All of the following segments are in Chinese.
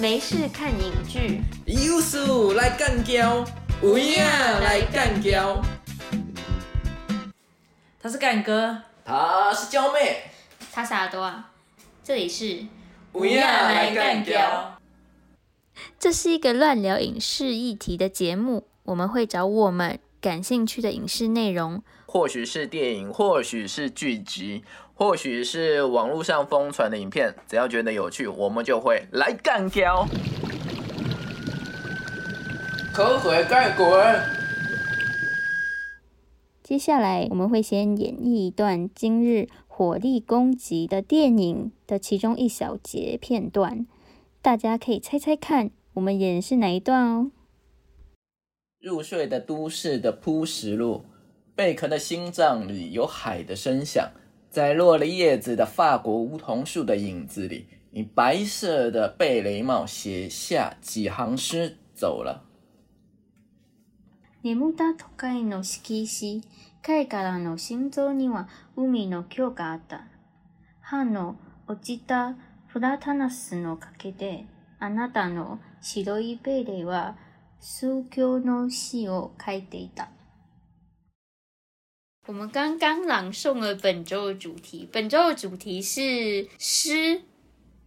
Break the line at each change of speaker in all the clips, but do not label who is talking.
没事看影剧，
有事来干胶，有影来干胶。
他是干哥，
她是娇妹，
他啥都啊。这里是，
有影来干胶。
这是一个乱聊影视议题的节目，我们会找我们感兴趣的影视内容。
或许是电影，或许是剧集，或许是网络上疯传的影片，只要觉得有趣，我们就会来干掉。
口水盖滚。
接下来我们会先演绎一段今日火力攻击的电影的其中一小节片段，大家可以猜猜看我们演的是哪一段哦。
入睡的都市的铺石路，贝壳的心脏里有海的声响，在落了叶子的法国梧桐树的影子里，你白色的贝雷帽写下几行诗，走了。
眠った都会の敷石、彼からの心臓には海の今日があった。歯の落ちたプラタナスの欠けで、あなたの白いベレは数教の詩を書いていた。我们刚刚朗诵了本周的主题，本周的主题是诗。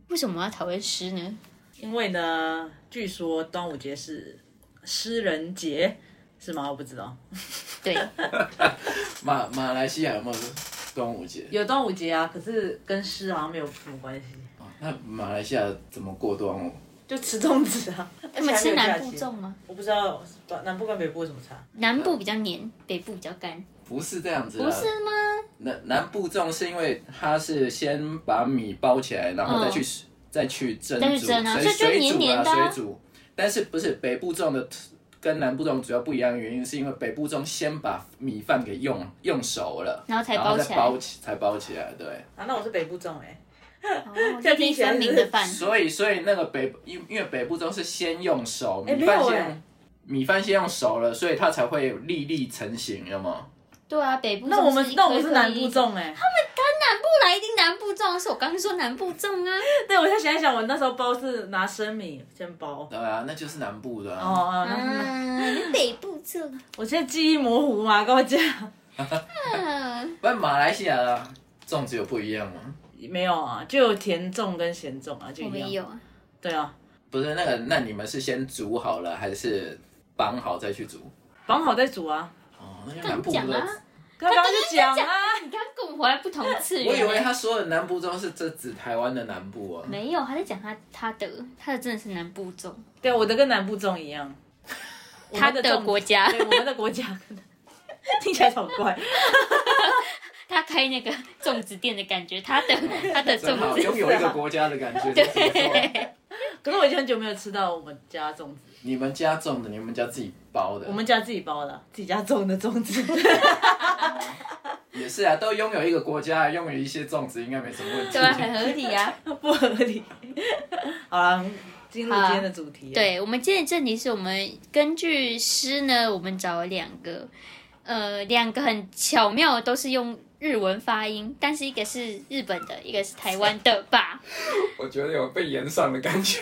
为什么要讨论诗呢？
因为呢，据说端午节是诗人节，是吗？我不知道，
对，
马马来西亚有没有端午节？
有端午节啊，可是跟诗好像没有什么关系，
那马来西亚怎么过端午？
就吃粽子啊。
他们吃南部
粽，
粽吗？
我不知道南部跟北部有什么差。
南部比较黏，北部比较干，
不是这样子啊
不
的。
是吗？
南南部粽是因为它是先把米包起来，然后再去、再去
嗯
蒸
再
煮，
去蒸啊
水
所以就
水煮
黏黏的啊
水煮。但是不是北部粽的特跟南部粽主要不一样的原因，是因为北部粽先把米饭给用用熟了，
然后才
然后
包
再
起来
包起才包起来，对。
啊，那我是北部粽哎、
哦，
这
这
听
听
起来
分明的饭，
所以，所以那个北，因因为北部都是先用手，
诶
米饭
哎没有
先用，
诶
米饭先用熟了，所以它才会粒粒成型，有吗？
对啊，北部
那我们
粽一颗
那我们是
一颗
南部
一颗
粽哎、
南部来一定南部粽，是我刚刚说南部粽啊。
对，我现在想一想，我那时候包是拿生米先包。
对啊，那就是南部的、
哦
啊。
哦，那是南
嗯，北部粽。
我现在记忆模糊嘛，跟我讲。
嗯，
不然马来西亚的粽子有不一样吗？
没有啊，就有甜粽跟咸粽啊，就
我
一
们
样。
有啊。
对啊，
不是那个，那你们是先煮好了，还是绑好再去煮？
绑好再煮啊。
哦，那就南部
讲
的。
啊
刚刚就 讲啊，
你刚刚跟我们回来不同次元。
我以为他说的南部粽是这指台湾的南部啊。
没有，他在讲他他的他的真的是南部粽，
对，我的跟南部粽一样。
他
我们粽
的
子
国家，
对，我们的国家可能 听起来好怪。
他开那个粽子店的感觉，他的他的
真
粽
好，
子。
拥有一个国家的感觉。真不错
可是我已经很久没有吃到我们家粽子，
你们家种的，你们家自己包的。
我们家自己包的，啊自己家种的粽子。
也是啊，都拥有一个国家，拥有一些粽子，应该没什么问 题。
对啊，很合理啊。
不合理。好啦，进入今天的主题。，
啊对，我们今天的正题是我们根据诗呢，我们找了两个，呃，两个很巧妙的都是用日文发音，但是一个是日本的，一个是台湾的吧。
我觉得有被延上的感觉。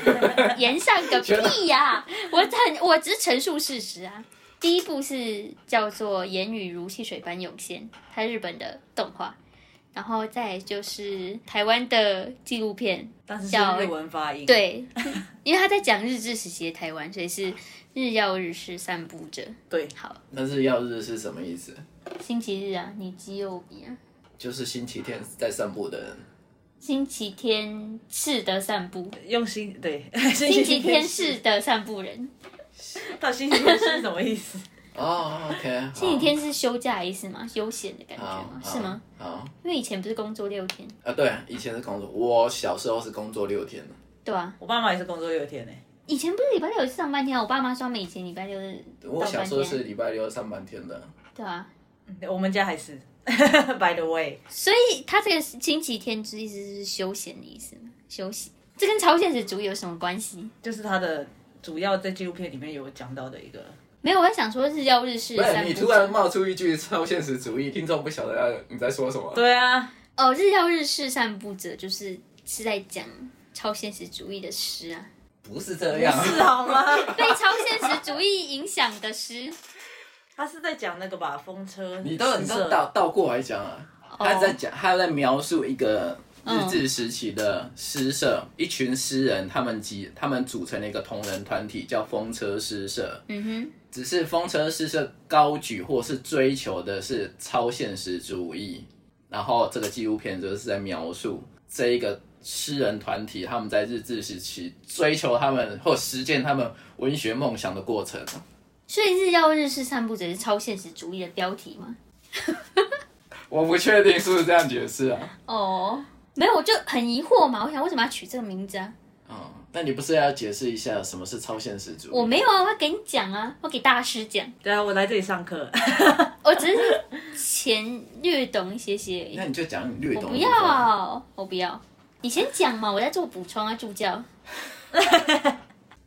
言上个屁呀、我很，我只是陈述事实啊。第一部是叫做《言语如汽水般涌现》，它是日本的动画，然后再来就是台湾的纪录片，
但是是
叫
日文发音。，
对，因为他在讲日治时期的台湾，所以是日曜日式散步者。
对，
好，
那日曜日是什么意思？
星期日啊，你肌肉比啊，
就是星期天在散步的人。
星期天是的散步，
用 心对。
星
星
期天是的散步人，
到星期天是什么意思？
哦、o k
星期天是休假的意思吗？休闲的感觉
好
吗？是吗？？
好好，
因为以前不是工作六天，
啊，对，以前是工作，我小时候是工作六天的。
对啊，
我爸妈也是工作六天呢、
以前不是礼拜六是上半天啊，我爸妈说他们以前礼拜六是
我小时候是
上
礼拜六上半天的，
半天，对啊，
我们家还是。By the way，
所以他这个星期天之意思是休闲的意思嘛，休息。这跟超现实主义有什么关系？
就是他的主要在纪录片里面有讲到的一个，
没有，我在想说日曜日式
不是
散
你
步
突然冒出一句超现实主义，听众不晓得你在说什么。
对啊，
哦，日曜日式散步者就是是在讲超现实主义的诗啊，
不是这样，
是好吗？
被超现实主义影响的诗。
他是在讲那个吧，风车。
你都你都
色
倒倒过来讲啊，他在讲他在描述一个日治时期的诗社，一群诗人他们集他们组成了一个同人团体叫风车诗社，
嗯哼，
只是风车诗社高举或是追求的是超现实主义，然后这个纪录片就是在描述这一个诗人团体他们在日治时期追求他们或实践他们文学梦想的过程。
所以日曜日式散步只是超现实主义的标题吗？
我不确定是不是这样解释啊。
哦，没有，我就很疑惑嘛，我想为什么要取这个名字啊？
嗯，那你不是要解释一下什么是超现实主义？
我没有啊，我要给你讲啊，我给大师讲，
对啊，我来这里上课。
我只是前略懂一些些而已
那。你就讲你略
我
懂。
不。要，啊我不要，你先讲嘛，我在做补充啊，助教。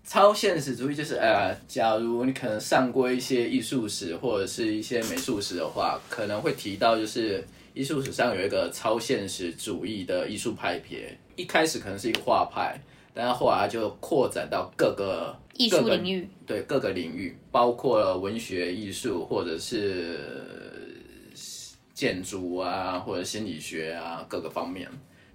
超现实主义就是，呃，假如你可能上过一些艺术史或者是一些美术史的话，可能会提到就是艺术史上有一个超现实主义的艺术派别，一开始可能是一个画派，但是后来它就扩展到各个
艺术领域，
各个对各个领域，包括文学、艺术或者是建筑啊，或者心理学啊各个方面。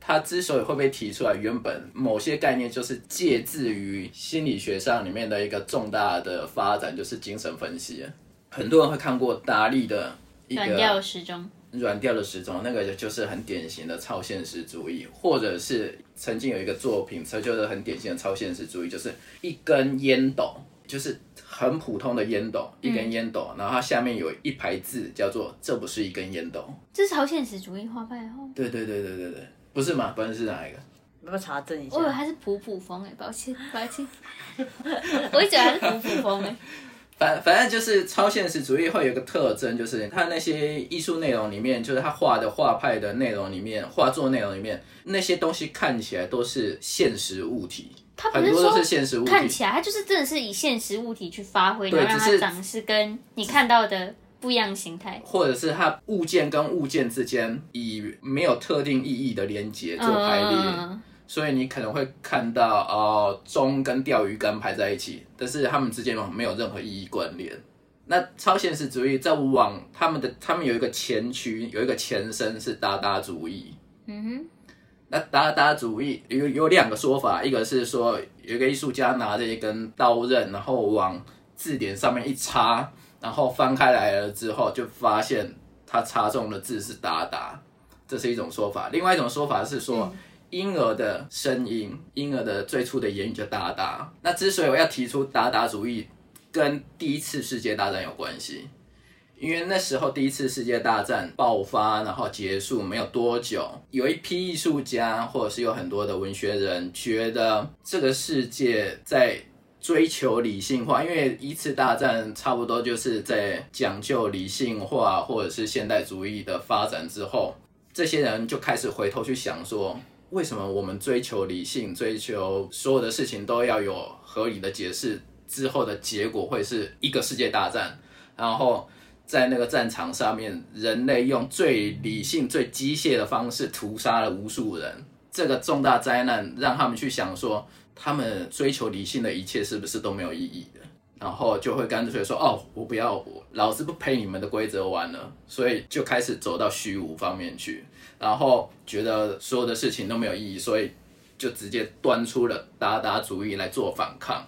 它之所以会被提出来，原本某些概念就是借自于心理学上里面的一个重大的发展，就是精神分析。啊很多人会看过达利的一个
软调时钟，
软调的时钟，那个就是很典型的超现实主义，或者是曾经有一个作品，它就是很典型的超现实主义，就是一根烟斗，就是很普通的烟斗，一
嗯
根烟斗，然后它下面有一排字叫做“这不是一根烟斗
这是超现实主义画派哦”。。
对对对对对对，不是嘛？不然是哪一个？
要不要查证一下
啊
我以？为它是普普风哎、抱歉抱歉， 我一直以为它是普普风哎、
反反正就是超现实主义会有一个特征，就是它那些艺术内容里面，就是他画的画派的内容里面，画作内容里面，那些东西看起来都是现实物体，
它不
很
是
多都
说
是现实物
看
体。
起来，它就是真的是以现实物体去发挥，然后
对
让
只
它
是
长是跟你看到的不一样形态。
或者是它物件跟物件之间以没有特定意义的连接做排列，
嗯，
所以你可能会看到哦，钟跟钓鱼竿排在一起，但是它们之间没有任何意义关联。那超现实主义在往他们的，他们有一个前驱，有一个前身是达达主义。
嗯
那达达主义有有两个说法，一个是说有一个艺术家拿着一根刀刃，然后往字典上面一插，然后翻开来了之后，就发现他插中的字是达达，这是一种说法。另外一种说法是说。婴儿的声音，婴儿的最初的言语叫达达。那之所以我要提出达达主义，跟第一次世界大战有关系，因为那时候第一次世界大战爆发，然后结束没有多久，有一批艺术家或者是有很多的文学人觉得这个世界在追求理性化，因为一次大战差不多就是在讲究理性化或者是现代主义的发展之后，这些人就开始回头去想说，为什么我们追求理性，追求所有的事情都要有合理的解释，之后的结果会是一个世界大战，然后在那个战场上面，人类用最理性、最机械的方式屠杀了无数人。这个重大灾难让他们去想说，他们追求理性的一切是不是都没有意义的？然后就会干脆说：“哦，我不要，我老子不陪你们的规则玩了。”所以就开始走到虚无方面去，然后觉得所有的事情都没有意义，所以就直接端出了达达主义来做反抗。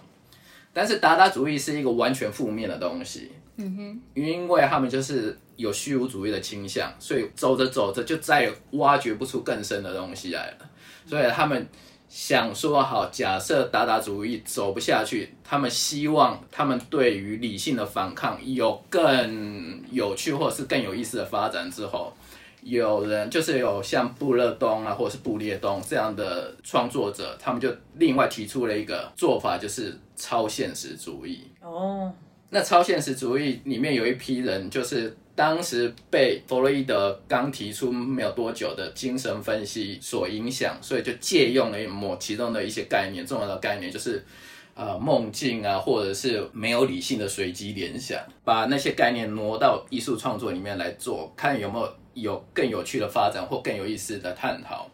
但是达达主义是一个完全负面的东西，嗯哼，因为他们就是有虚无主义的倾向，所以走着走着就再也挖掘不出更深的东西来了。所以他们想说好，假设达达主义走不下去，他们希望他们对于理性的反抗有更有趣或者是更有意思的发展之后，有人就是有像布勒东啊，或者是布列东这样的创作者，他们就另外提出了一个做法，就是超现实主义。
哦，
那超现实主义里面有一批人，就是当时被弗洛伊德刚提出没有多久的精神分析所影响，所以就借用了某其中的一些概念，重要的概念就是。呃，梦境啊，或者是没有理性的随机联想，把那些概念挪到艺术创作里面来做，看有没有有更有趣的发展或更有意思的探讨。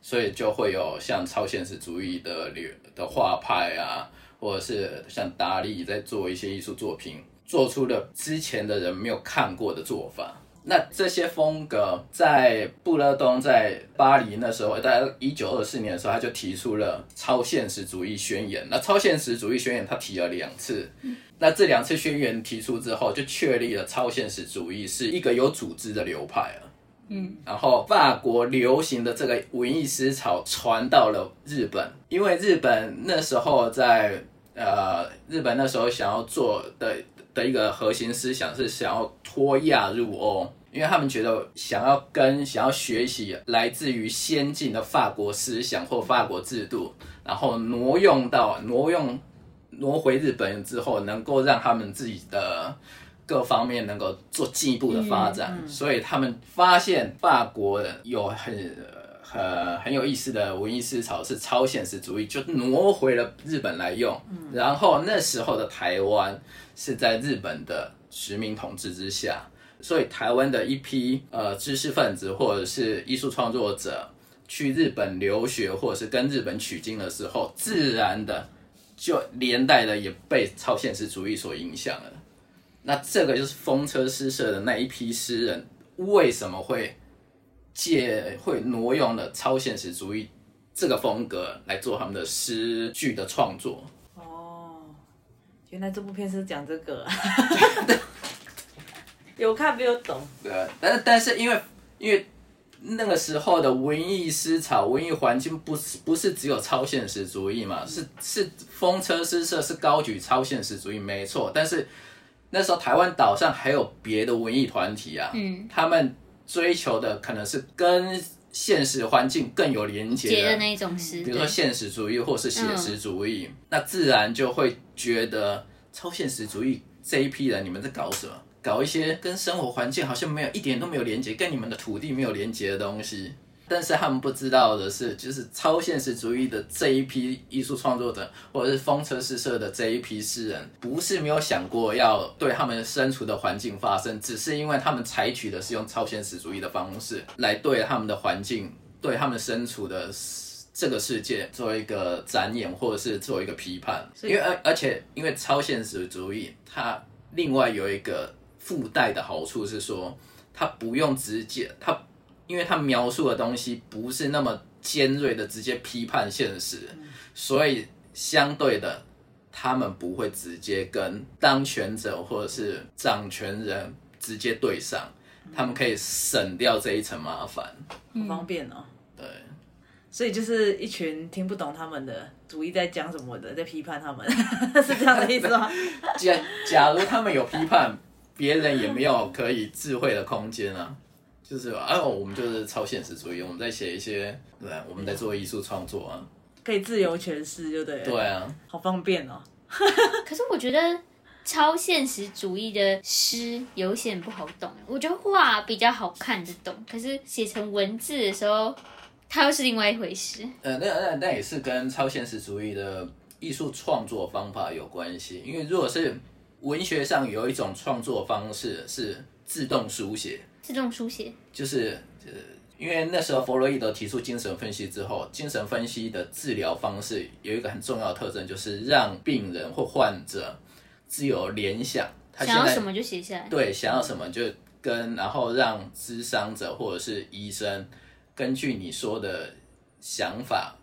所以就会有像超现实主义的流的画派啊，或者是像达利在做一些艺术作品，做出了之前的人没有看过的做法。那这些风格在布勒东在巴黎那时候，大概一九二四年的时候，他就提出了超现实主义宣言。那超现实主义宣言他提了两次，那这两次宣言提出之后，就确立了超现实主义是一个有组织的流派了。然后法国流行的这个文艺思潮传到了日本，因为日本那时候在呃，日本那时候想要做的的一个核心思想是想要脱亚入欧，因为他们觉得想要跟想要学习来自于先进的法国思想或法国制度，然后挪用到挪用挪回日本之后，能够让他们自己的各方面能够做进一步的发展，所以他们发现法国有很呃很有意思的文艺思潮是超现实主义，就挪回了日本来用。然后那时候的台湾是在日本的殖民统治之下，所以台湾的一批呃知识分子或者是艺术创作者去日本留学或者是跟日本取经的时候，自然的就连带的也被超现实主义所影响了。那这个就是风车诗社的那一批诗人为什么会借会挪用了超现实主义这个风格来做他们的诗句的创作？
哦，原来这部片是讲这个、 啊，有看没有懂？
对啊，但是但是因为因为那个时候的文艺思潮、文艺环境不是不是只有超现实主义嘛，
嗯
是是风车诗社是高举超现实主义没错，但是那时候台湾岛上还有别的文艺团体啊，
嗯，
他们追求的可能是跟现实环境更有连接嗯
结的那一种诗，
比如说
对
现实主义或是写实主义，那自然就会觉得超现实主义这一批人你们在搞什么？搞一些跟生活环境好像没有一点都没有连接，跟你们的土地没有连接的东西。但是他们不知道的是，就是超现实主义的这一批艺术创作者，或者是风车诗社的这一批诗人，不是没有想过要对他们身处的环境发声，只是因为他们采取的是用超现实主义的方式来对他们的环境、对他们身处的这个世界做一个展演，或者是做一个批判。因
所以
为而而且因为超现实主义，它另外有一个附带的好处是说，它不用直接，它因为它描述的东西不是那么尖锐的直接批判现实，所以相对的。他们不会直接跟当权者或者是掌权人直接对上，他们可以省掉这一层麻烦。
好方便哦。
对，
所以就是一群听不懂他们的主义在讲什么的，在批判他们， 是这样的意思 吗？
假假如他们有批判，别人也没有可以智慧的空间啊。就是啊，我们就是超现实主义，我们在写一些，对啊，我们在做艺术创作啊，
可以自由诠释，就对了。
对，啊，
好方便哦。
可是我觉得超现实主义的诗有些不好懂，欸我觉得画比较好看得懂，可是写成文字的时候，它又是另外一回事。
呃，那那那也是跟超现实主义的艺术创作方法有关系，因为如果是文学上有一种创作方式是自动书写，
自动书写，
就是呃，因为那时候弗洛伊德提出精神分析之后，精神分析的治疗方式有一个很重要的特征，就是让病人或患者自由联想，他现
想要
在
什么就写下来。
对想要什么就跟，然后让咨商者或者是医生根据你说的想法。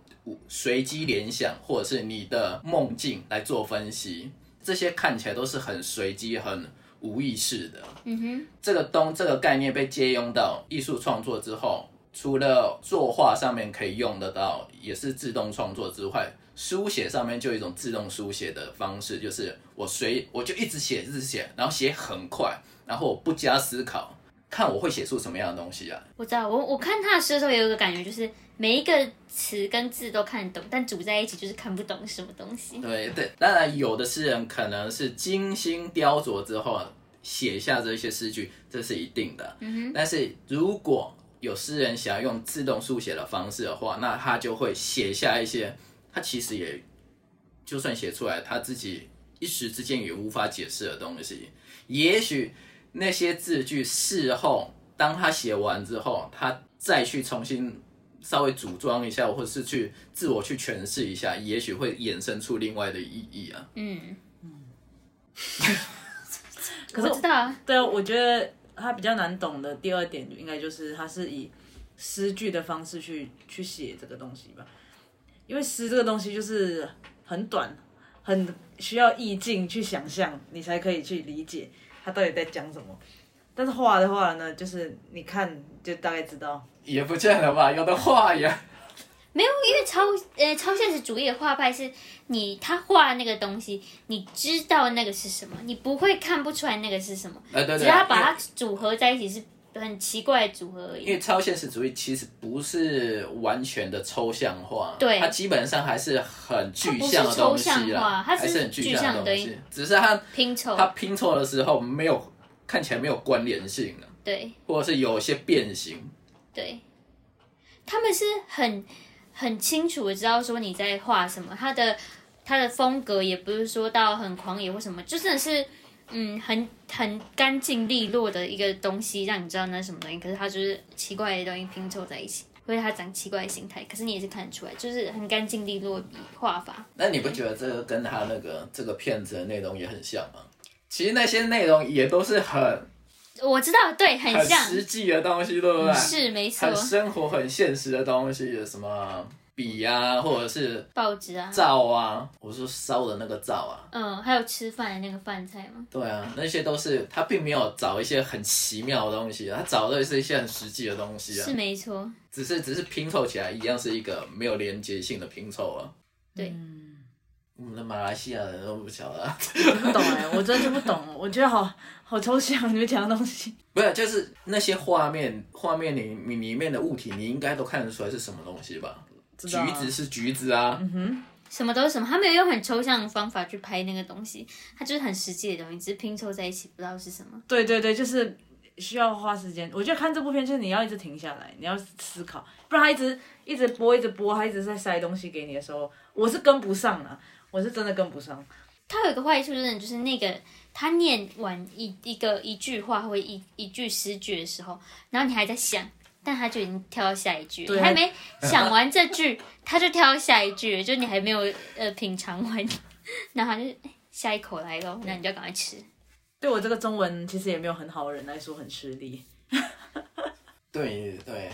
随机联想，或者是你的梦境来做分析，这些看起来都是很随机、很无意识的。
嗯哼，
这个东这个概念被借用到艺术创作之后，除了作画上面可以用得到，也是自动创作之外，书写上面就有一种自动书写的方式，就是我随我就一直写，一直写，然后写很快，然后我不加思考，看我会写出什么样的东西啊。
我知道，我我看他的诗的时候也有一个感觉，就是每一个词跟字都看得懂，但组在一起就是看不懂是什么东西。
对对，当然有的诗人可能是精心雕琢之后写下这些诗句，这是一定的。
嗯
但是如果有诗人想要用自动书写的方式的话，那他就会写下一些，他其实也就算写出来，他自己一时之间也无法解释的东西。也许那些字句事后，当他写完之后，他再去重新稍微组装一下，或是去自我去诠释一下，也许会衍生出另外的意义啊。
嗯，
可
我
是
知道啊，
对，我觉得他比较难懂的第二点，应该就是他是以诗句的方式去去写这个东西吧，因为诗这个东西就是很短，很需要意境去想象，你才可以去理解他到底在讲什么。但是画的话呢，就是你看就大概知道，
也不见得吧，有的画也
没有，因为超呃超现实主义的画派是你他画那个东西，你知道那个是什么，你不会看不出来那个是什么，
呃，对
只是
对，
他把
因为
它组合在一起是很奇怪的组合而
因为
已。
超现实主义其实不是完全的抽象化，
对
它基本上还是很具
不是
象的东西
抽象
啦
化，它是
还很具象
具象
的
的
东西，只是它
拼凑
它拼凑的时候没有看起来没有关联性的，
对
或者是有一些变形。
对，他们是很很清楚的知道说你在画什么，他的他的风格也不是说到很狂野或什么，就真的是嗯很很干净利落的一个东西，让你知道那是什么东西。可是它就是奇怪的东西拼凑在一起，或者它长奇怪的形态，可是你也是看得出来，就是很干净利落的笔画法。
那你不觉得这个跟他那个这个片子的内容也很像吗？其实那些内容也都是很
我知道，对，很
很
像，
实际哦的东西，对不对？
是没错
很，生活、很现实的东西，什么笔啊，或者是
报纸啊，
灶啊，我说烧的那个灶啊，
嗯，还有吃饭的那个饭菜吗？
对啊，那些都是他并没有找一些很奇妙的东西，啊他找的是一些很实际的东西啊
是，没错，
只是只是拼凑起来一样是一个没有连接性的拼凑啊。
对
嗯
我们的马来西亚人都不晓得啊，
不懂哎、 我真的就不懂，我觉得好好抽象，你们讲的东西。
不是就是那些画面画面里里里面的物体，你应该都看得出来是什么东西吧？
知道啊
橘子是橘子啊，
什么都是什么，他没有用很抽象的方法去拍那个东西，他就是很实际的东西，只是拼凑在一起，不知道是什么。
对对对，就是需要花时间。我觉得看这部片就是你要一直停下来，你要思考，不然他一直一直播一直播，他一直在塞东西给你的时候，我是跟不上了，我是真的跟不上。
他有一个坏处，真的就是那个他念完一一个一句话或一一句诗句的时候，然后你还在想，但他就已经跳到下一句了，
对
你还没想完这句， 他就跳到下一句了，就你还没有呃品尝完， 然后他就、哎下一口来咯，那你就赶快吃。
对我这个中文其实也没有很好的人来说很吃力。
对对，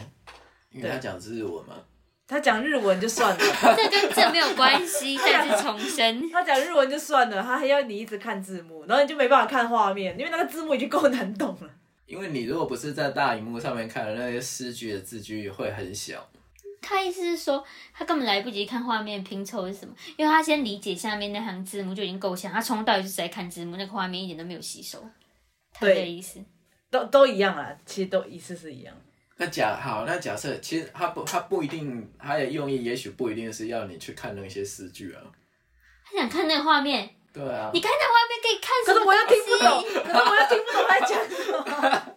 因
啊
为他讲的是日文嘛，
他讲日文就算了，
这跟这没有关系，再次重申。
他讲日文就算了，他还要你一直看字幕，然后你就没办法看画面，因为那个字幕已经够难懂了。
因为你如果不是在大荧幕上面看，那些诗句的字句会很小。
他意思是说，他根本来不及看画面拼凑是什么，因为他先理解下面那行字幕就已经够像，他从头到尾就是在看字幕，那个画面一点都没有吸收。他的
对
意思，
都都一样啊，其实都意思是一样。
那假好，那假设其实他不，他不一定，他的用意也许不一定是要你去看那些诗句啊。
他想看那个画面，
对啊
你，看那个画面可以看什么？
可是我又听不懂，可是我又听不懂他在讲什么。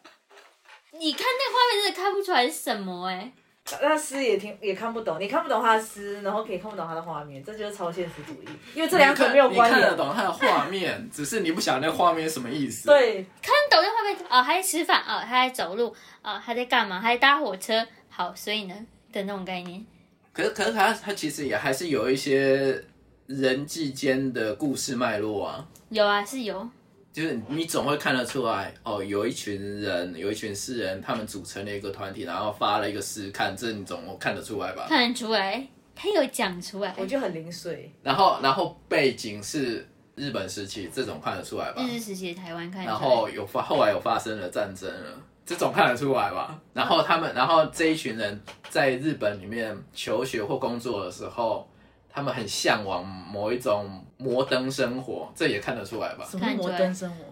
你看那个画面真的看不出来是什么哎、
那诗也听也看不懂，你看不懂他的诗，然后可以看不懂他的画面，这就是超现实主义，因为这两者没有
你
关
看你看得
联。
懂他的画面， 只是你不晓得那画面什么意思。，
对，
看得懂那画面哦，他在吃饭哦，他在走路哦，他在干嘛？他在搭火车。好，所以呢的那种概念，
可是可是他他其实也还是有一些人际间的故事脉络啊，
有啊是有，
就是你总会看得出来哦，有一群人，有一群诗人，他们组成了一个团体，然后发了一个诗刊，这你总看得出来吧？
看得出来，他有讲出来。
我觉得很零碎。
哎
然后然后背景是日本时期，这种看得出来吧？
日治时期的台湾看得
然
出来，
后有发后来有发生了战争了，这种看得出来吧？
嗯
然后他们，然后这一群人在日本里面求学或工作的时候，他们很向往某一种摩登生活，这也看得出来吧？
什么是摩登生活？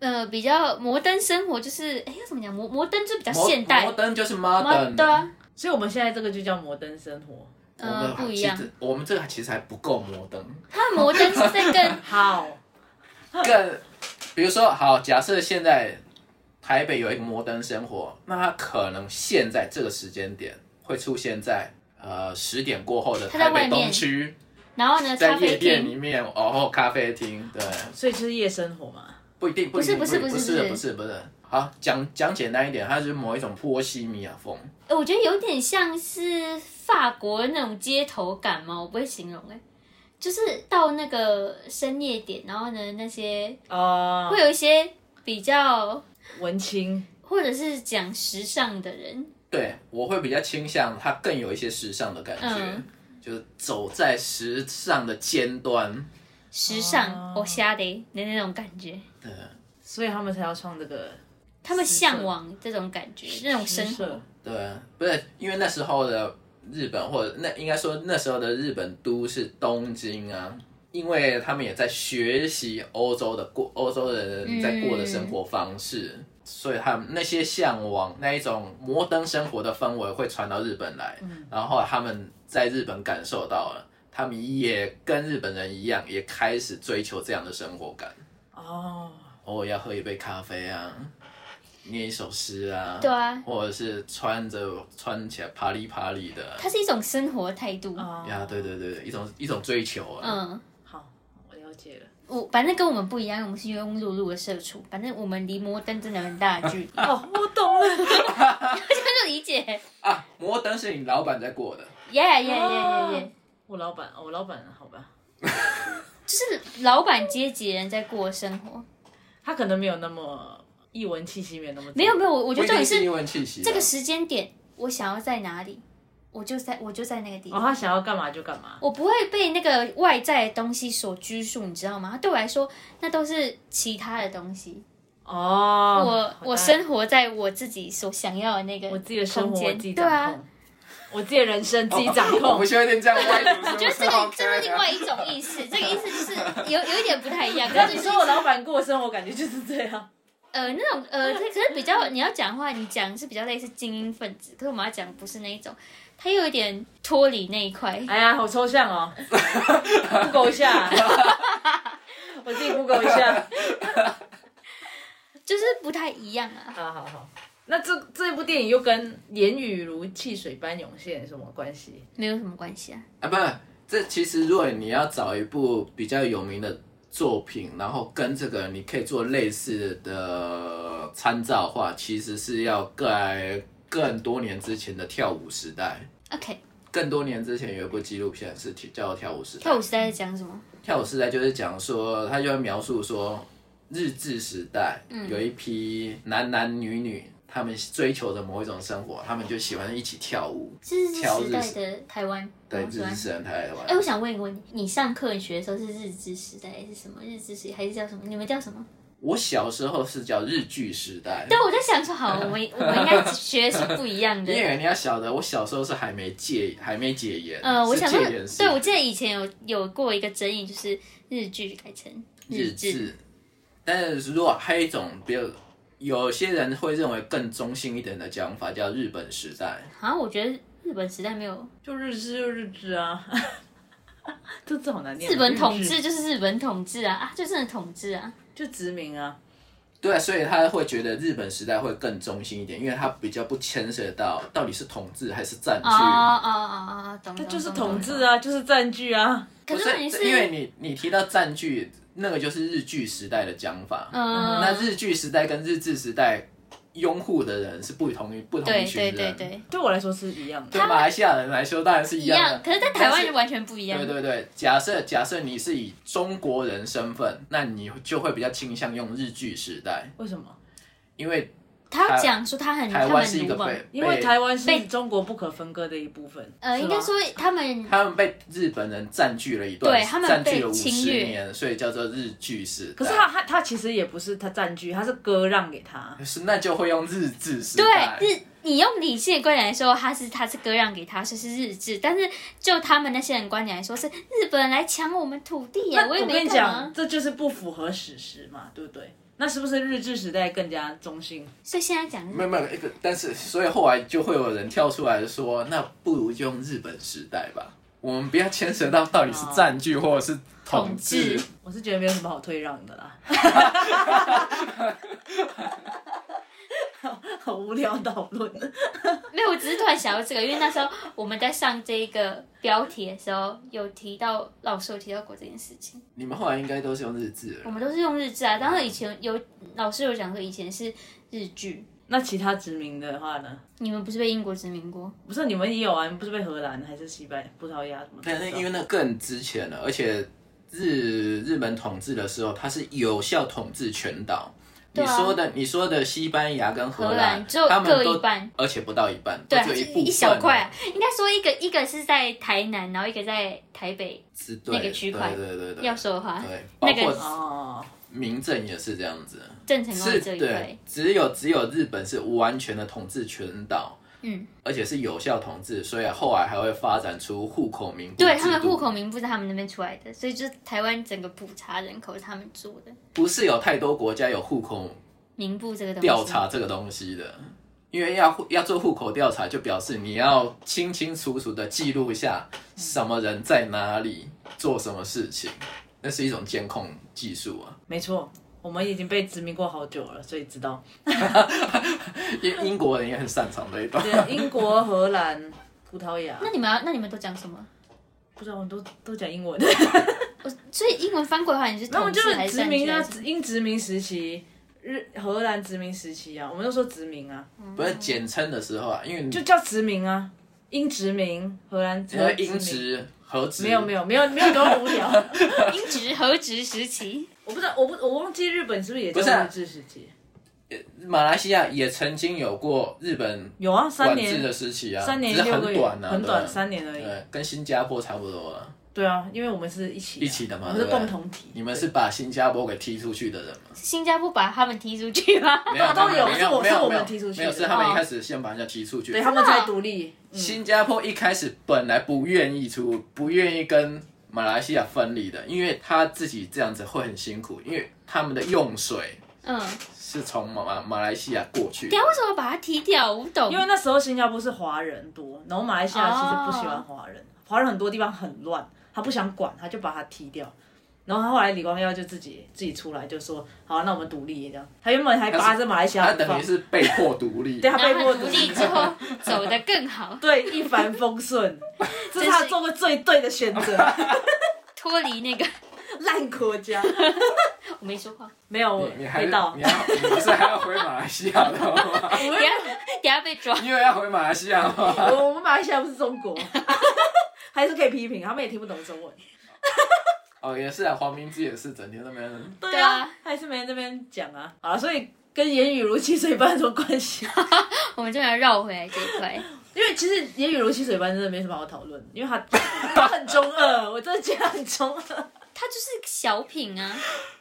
呃，比较摩登生活就是，哎，要怎么讲？摩摩登就比较
摩
现代
摩，登就是
摩
modern，
对啊，
所以我们现在这个就叫摩登生活。
我们
呃，不一
其实
样。
我们这个其实还不够摩登，
它摩登是在跟
好，
更比如说，好，假设现在台北有一个摩登生活，那它可能现在这个时间点会出现在呃十点过后的
它在
台
外
北
面
东区，
然后呢，
在
咖
夜
啡
店
厅
里面，哦，咖啡厅，对，
所以就是夜生活嘛。
不一定，
不
不一
是
定
不是
不
不
一定
是
不是
不
不是不是，好，讲讲简单一点，它是某一种波西米亚风。
呃我觉得有点像是法国那种街头感嘛，我不会形容哎、就是到那个深夜点，然后呢，那些哦
啊
会有一些比较
文青
或者是讲时尚的人，
对我会比较倾向它更有一些时尚的感觉，
嗯
就是走在时尚的尖端。
时尚
哦
我瞎的的那种感觉，
对，
所以他们才要唱这个
他们
时
向
尚
往这种感觉，那种生活。
色
对，不是因为那时候的日本，或者那应该说那时候的日本都是东京啊，因为他们也在学习欧洲的过欧洲人在过的生活方式，所以他们那些向往那一种摩登生活的氛围会传到日本来，然后他们在日本感受到了。他们也跟日本人一样，也开始追求这样的生活感。
哦，
偶尔要喝一杯咖啡啊，念一首诗啊，
对啊
或者是穿着穿起来啪里啪里的啊，
它是一种生活态度，
啊
呀，对对对，一种一种追求啊，
嗯，
好，我了解了。
我反正跟我们不一样，我们是庸庸碌碌的社畜，反正我们离摩登真的很大的 距离，我
哦，我懂了。
就理解，
啊，摩登是你老板在过的，
耶耶耶耶
啊
耶，
我老板，哦我老板，好吧，
就是老板阶级人在过生活，
他可能没有那么译文气息，没有那么
没有没有，我我觉得重
不一
点
定是
是
英文气息啊，
这个时间点，我想要在哪里，我就在我就在那个地
哦，
方。
他想要干嘛就干嘛。
我不会被那个外在的东西所拘束，你知道吗？它对我来说，那都是其他的东西。
哦，
我
好
我
吧
生活在我自己所想要的那个
我自己的生
空
活我
间
自己
对
掌控，
啊，
我自己的人生自己掌
哦我
控
不。确定这样歪 读是
就
不
是
是
这个
OK
这是另
啊
外一种意 思，这个意思就是有有一点不太一样。
那
但
你
是
说我老板过生活，感觉就是这样。
呃那种呃，可可是比较你要讲话，你讲是比较类似精英分子，可是我们要讲不是那一种，它又有点脱离那一块。
哎呀，好抽象哦，Google 一 下，我自己 Google 一下。
就是不太一样啊。
好好好，那这这部电影又跟言语如汽水般涌现有什么关系？
没有什么关系啊。
啊，不，这其实如果你要找一部比较有名的作品，然后跟这个你可以做类似的参照的话，其实是要在更多年之前的跳舞时代。
OK，
更多年之前有一部纪录片是叫《跳舞时代》，
跳舞时代在讲什么？
跳舞时代就是讲说，他就会描述说，日治时代
嗯
有一批男男女女，他们追求着某一种生活，他们就喜欢一起跳舞。
日治
调
时
日
代的台湾，
对，
我
日
喜欢
治时代台
哎、我
湾，
想问一个问题，你上课你学的时候是日治时代还是什么？日治时还是叫什么？你们叫什么？
我小时候是叫日剧时代。
对，我在想说，好，我们我们应该学的是不一样的
因。为你要晓得，我小时候是还没戒，还没解严，
呃，我
是
想说
戒严，时
对我记得以前有有过一个争议，就是日剧改成
日
治，
治。但是如果还有一种，比如有些人会认为更中性一点的讲法，叫日本时代。
好像我觉得日本时代没有
就日志就日志啊，这字好难念啊。
日本统
日
治，
志
就是日本统治啊啊，就真的统治啊。
就殖民啊，
对，所以他会觉得日本时代会更中心一点，因为他比较不牵涉到到底是统治还是占据。
哦哦哦哦，懂。
那
懂
就是
懂
统
懂
治啊，就是占据啊。
可
不
是你
因为你你提到占据，那个就是日据时代的讲法。
嗯，
那日据时代跟日治时代拥护的人是不同于不同一
对
群
对
人。
对对，
对我来说是一样的。
对马来西亚人来说当然是一
一
样的
样。，可是，在台湾
但
就完全不一样
对。对对，假设假设你是以中国人身份，那你就会比较倾向用日据时代，
为什么？
因为
他要讲说他很
台
嗯他
湾
们
是一个
鲁莽，
被
因为台湾是
被
中国不可分割的一部分。
呃，
是
应
吗
该说他们
他们被日本人占据了一段，
对他们
占
被
据了五
侵
十
略
年，所以叫做日据时代。
可是他他他其实也不是他占据，他是割让给他。
哎
是那就会用日治时
对
代。
日，你用理性的观点来说，他是他是割让给他，所以是日治；但是就他们那些人观点来说，是日本人来抢我们土地呀、
那
也
我跟
没啊
你
干
讲，
嘛。
这就是不符合史实嘛，对不对？那是不是日治时代更加中心？
所以现在讲
没有没有，但是所以后来就会有人跳出来说，那不如就用日本时代吧，我们不要牵扯到到底是占据或者是统治。
统治
我是觉得没有什么好退让的啦。 好无聊讨论。
没有，我只是突然想到这个，因为那时候我们在上这个标题的时候，有提到老师有提到过这件事情。
你们后来应该都是用日志
我
了，
们都是用日志啊，当然以前有老师有讲说以前是日剧，
那其他殖民的话呢？
你们不是被英国殖民过？
不是你们也有啊？你们不是被荷兰还是西班牙、葡萄牙什么的？
但是因为那更之前了，而且日日本统治的时候，它是有效统治全岛。你
啊
说的，你说的西班牙跟荷
荷兰只有
啊他
各
们
一
都，
半，
而且不到一半，
对啊，
都
就
只有
是
部分
一小块啊，应该说一个一个是在台南，然后一个在台北。
是对
那个区块
对对对对，
要说的话，
对，包
那个
括
哦，
民政也是这样子，
郑成功
是
的这一
对
块，，
只有只有日本是完全的统治全岛，
嗯，
而且是有效统治，所以后来还会发展出户口名簿制度。
对他们户口名簿是他们那边出来的，所以就是台湾整个普查人口是他们做的
不是有太多国家有户口
名簿这个东西。
调查这个东西的，因为要户要做户口调查，就表示你要清清楚楚的记录下什么人在哪里做什么事情，那是一种监控技术啊。
没错，我们已经被殖民过好久了，所以知道。
英英国人也很擅长这一段。
对，英国、荷兰、葡萄牙，
那你们要那你们都讲什么？哦
不知道我们都都讲英文。
所以英文翻过来的话，你是
那
统
我们就
治还
是
是
殖
占据
民啊
还是？，
英殖民时期，日荷兰殖民时期啊，我们都说殖民啊，
不是简称的时候啊，因为
就叫殖民啊，英殖民，荷兰殖
因为
民，
呃英殖和殖
没有没有没有没有多无聊。
英殖和殖时期，
我不知道，我不我忘记日本是不是也叫
不是啊
日治时期？
马来西亚也曾经有过日本
有啊，三
管制的
年。
时期啊，
三年
只是
六个
很
月，
短啊，
很
对
短，三年而已。
对，跟新加坡差不多了。
对啊，因为我们是一起啊
一起的嘛
我们是
对不对
共同体。
你们是把新加坡给踢出去的人吗？
新加坡把他们踢出去 吗？
没有，
啊都有
没
是我
没有
是我
没有
们踢出去的哦
没有是他们一开始先把人家踢出去。
对他们
啊
才独立。嗯，
新加坡一开始本来不愿意出，不愿意跟马来西亚分离的，因为他自己这样子会很辛苦，因为他们的用水
嗯，
是从马马马来西亚过去的
等一。下为什么把它踢掉？我不
哦
懂。
因为那时候新加坡是华人多，然后马来西亚其实不喜欢华人，华人很多地方很乱，他不想管，他就把他踢掉。然后他后来李光耀就自己自己出来就说：“好、那我们独立这样。”他原本还扒着马来西亚
他
不放
等于是被迫独立，
对他
然
被
后
迫
他独立之后走得更 好，
对一帆风顺，这是他做过最对的选 择。
脱离那个
烂国家
我没说话。
没有
你你还
回到
你，要你不是还要回马来西亚的吗？
等一下 等一下被抓，
你以为要回马来西亚吗？
我我们马来西亚不是中国， 还是可以批评，他们也听不懂中文。
哦，也是啊，黄明志也是整天那边
对
对啊
啊，他也是没在那边讲啊。好了，所以跟言语如汽水班有什么关系？
我们就要绕回来这一块。
因为其实言语如汽水班真的没什么好讨论，因为他 他很中二，我真的觉得很中二。
它就是小品啊，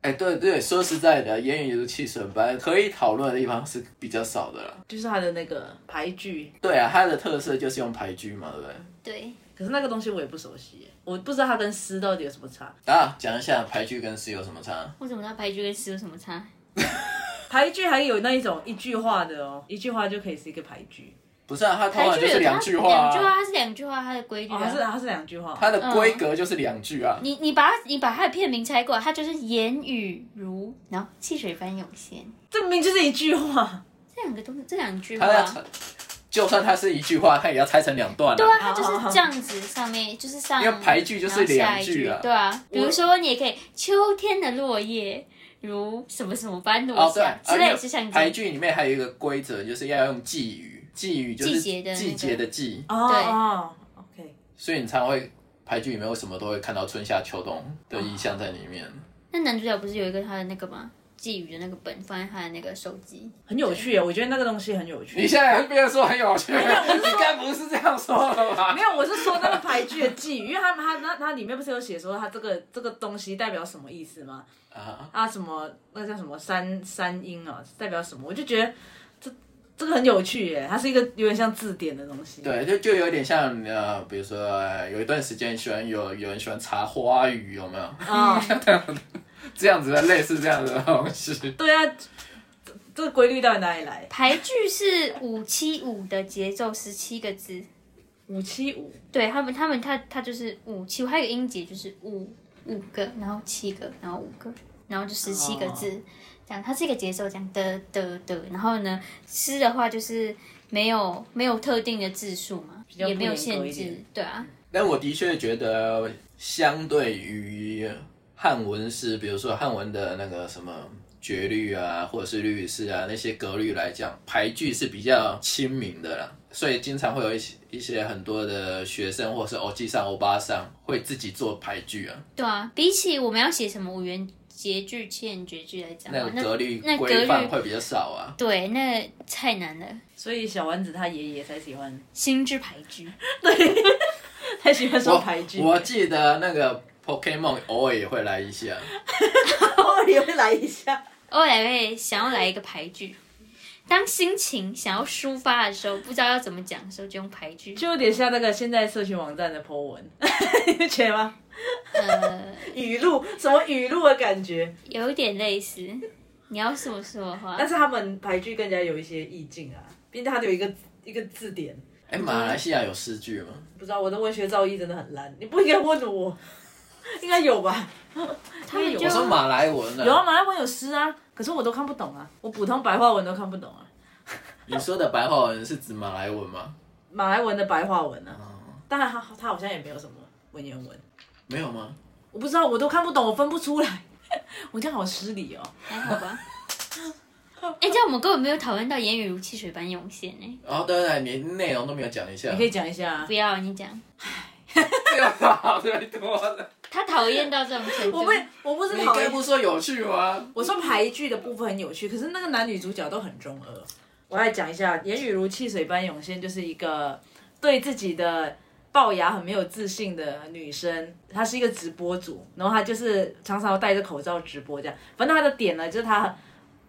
哎、对对，说实在的，言语如汽水般，可以讨论的地方是比较少的啦。
就是他的那个牌剧，
对啊，它的特色就是用牌局嘛，对不对？
对，
可是那个东西我也不熟悉耶，我不知道它跟诗到底有什么差。
啊，讲一下牌局跟诗有什么差？
我怎么知道白居跟诗有什么
哦
差？
牌剧还有那一种一句话的哦，一句话就可以是一个牌剧，
不是啊，它通
白
常
居
就
有
是两句话、
两句话
啊，
它是两句话，它的规律
哦，它是
啊。
它是两句话。
它的规格就是两句啊。
你你把它你把它的片名拆过来，它就是言语如，然后汽水般涌现，
这明明就是一句话，
这两个东西，这两句话
它，要拆，就算它是一句话，它也要拆成两段、啊。
对啊，它就是这样子，上面就是上，
因为排句就是两句
然
啊
后下一句对啊，比如说你也可以秋天的落叶如什么什么般落
哦，对
下，，之
而且
类，是像这
排
样。
剧里面还有一个规则，就是要用寄语，寄语就是
季节的那个
季节的季，
哦
对
哦，OK，
所以你常会排剧里面为什么都会看到春夏秋冬的意象在 里面。
那男主角不是有一个他的那个吗？寄语的那个本放在他的那个手机，
很有趣耶，我觉得那个东西很有趣。
哎
你现在还变得说很有趣，你该不是这样说的吧？
没有，我是说那个牌剧的寄语，因为他们他那它里面不是有写说它这个这个东西代表什么意思吗？
啊，
啊，什么那个叫什么三三音啊，代表什么？我就觉得这这个很有趣耶，它是一个有点像字典的东西。，
对，就就有点像呃，比如说呃有一段时间喜欢有有人喜欢查花语，有没有
啊、
这样子的类似这样子的东西？
对啊，这这个规律到底哪里来？
排句是五七五的节奏，十七个字。
五七五，
对他们，他们他他就是五七，还有一个音节就是五五个，然后七个，然后五个，然后就十七个字，
哦
这样它是一个节奏，这样的的的。然后呢，诗的话就是没有没有特定的字数嘛，
较不
也没有
严格
限
一
制
点，
对啊，
但我的确觉得，相对于汉文诗，比如说汉文的那个什么绝律啊，或者是律诗啊那些格律来讲，排句是比较亲民的啦，所以经常会有一些一些很多的学生或者是欧记上、欧巴上会自己做排句啊，
对啊。比起我们要写什么五元节句、七言绝句来讲
那
啊，
个
那
格律
那格
规范
律
会比较少啊。
对那太难了，
所以小丸子他爷爷才喜 欢，
心之排句。
他喜欢说
我
排剧，
我记得那个 Pokemon 偶尔也会来一下，
偶尔也会来一下。
欧莱会想要哦来一个排句，当心情想要抒发的时候，不知道要怎么讲的时候，就用排句。
就有点像那个现在社群网站的 po 文， 你不觉得吗？
呃，
语录，什么语录的感觉？
有一点类似。你要这么说的话
但，是他们排剧更加有一些意境啊，毕竟它有一个一个字典。
哎、马来西亚有诗句吗？
不知道我的文学造诣真的很烂，你不应该问我， 应该有吧？
他们就
我说马来文
有啊，马来文有诗啊，可是我都看不懂啊，我普通白话文都看不懂啊，
你说的白话文是指马来文吗？
马来文的白话文啊，
哦
当然他他好像也没有什么文言文，
没有吗？
我不知道，我都看不懂，我分不出来， 我这样好失礼哦。
还好吧。哎、这样我们根本没有讨论到言语如汽水般涌现呢、
然后对对，连内容都没有讲一下，
你可以讲一下啊
不，要你讲，
这个好太多了。
他讨厌到这种程度
我。不我不是
你
讨
该
厌
不说有趣吗？
我说排剧的部分很有趣，可是那个男女主角都很中二。我来讲一下，言语如汽水般涌现，就是一个对自己的龅牙很没有自信的女生，她是一个直播主，然后她就是常常戴着口罩直播这样。反正她的点呢，就是她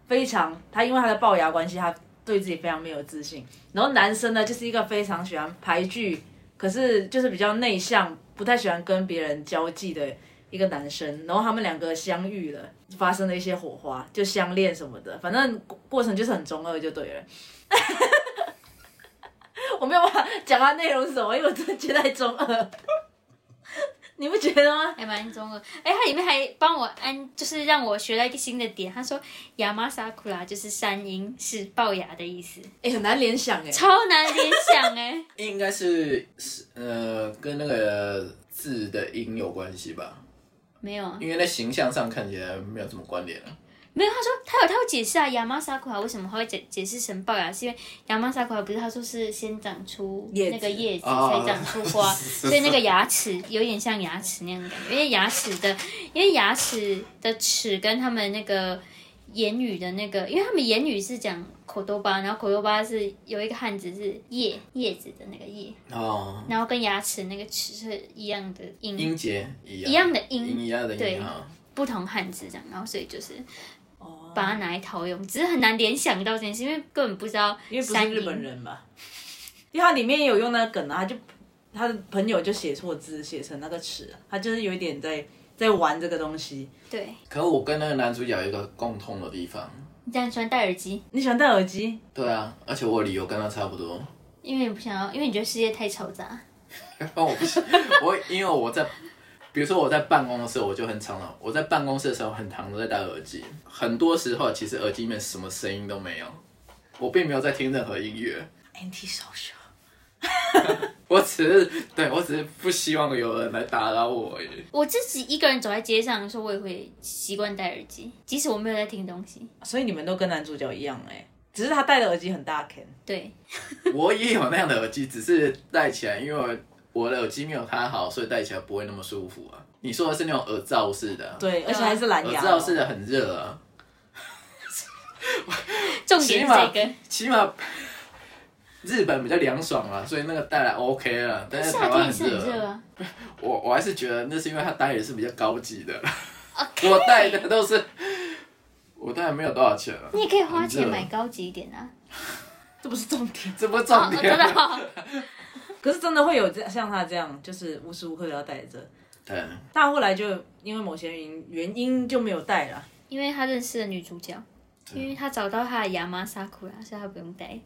非常，她因为她的龅牙关系，她对自己非常没有自信。然后男生呢，就是一个非常喜欢排剧，可是就是比较内向，不太喜欢跟别人交际的一个男生，然后他们两个相遇了，发生了一些火花，就相恋什么的，反正过过程就是很中二就对了。 我没有办法讲它内容是什么，因为我真的觉得太中二，你不觉得吗？
还蛮中二。哎、它里面还帮我安，就是让我学到一个新的点。他说“亚麻萨库拉”就是山鹰，是龅牙的意思，
哎、很难联想哎、
超难联想哎、
应该是是呃，跟那个字的音有关系吧，
没有啊，
因为在形象上看起来没有什么关联啊。
没有，他说他有他有解释啊，亚麻萨库拉为什么他会解解释成龅牙，是因为亚麻萨库拉不是他说是先长出
叶子
那个叶子
哦
才长出花，所以那个牙齿有点像牙齿那样的感觉，因为牙齿的因为牙齿的齿跟他们那个言语的那个，因为他们言语是讲口多巴，然后口多巴是有一个汉字是叶叶子的那个叶，
哦，
然后跟牙齿那个齿是一样的音，
音节一样，
一样的
音
音，
一样的
对
音啊。
不同汉字这样，然后所以就是。
哦
把它拿来套用，只是很难联想到这件事，因为根本不知道
因为不
山
是
鹰
日本，人吧？因为它里面也有用那个梗啊，他就他的朋友就写错字，写成那个尺啊，他就是有一点在在玩这个东西。
对，
可是我跟那个男主角有一个共通的地方，
你这样喜欢戴耳机，
你喜欢戴耳机？
对啊，而且我理由跟他差不多。
因为你不想要，因为你觉得世界太嘈杂。
但哦我不行，我因为我在，比如说我在办公的时候，我就很常常我在办公室的时候很常都在戴耳机，很多时候其实耳机里面什么声音都没有，我并没有在听任何音乐，
anti social。
我只是对我只是不希望有人来打扰我而已。
我自己一个人走在街上的时候，我也会习惯戴耳机，即使我没有在听东西。
所以你们都跟男主角一样哎、只是他戴的耳机很大 can。
对，
我也有那样的耳机，只是戴起来，因为我的耳机没有他好，所以戴起来不会那么舒服啊。你说的是那种耳罩式的啊，
对，而且还是蓝
耳
牙、
罩式的很热啊。
重
起
点是
码
这个。
起码 日本比较凉爽啊，所以那个带来 OK 了，但是
夏
台湾
天也
很
是很
热啊。
热啊。
我我还是觉得那是因为他戴的是比较高级的，
OK，
我戴的都是我戴的没有多少钱啊。
你也可以花钱
很热
买高级一点啊。
这不是重点。
这不是
哦，
重
真
点
的
啊。
哦。
可是真的会有这像他这样，就是无时无刻都要戴着。
对，
但后来就因为某些原因原因就没有戴了。
因为他认识了女主角，因为他找到他的亚麻萨库拉，所以他不用戴。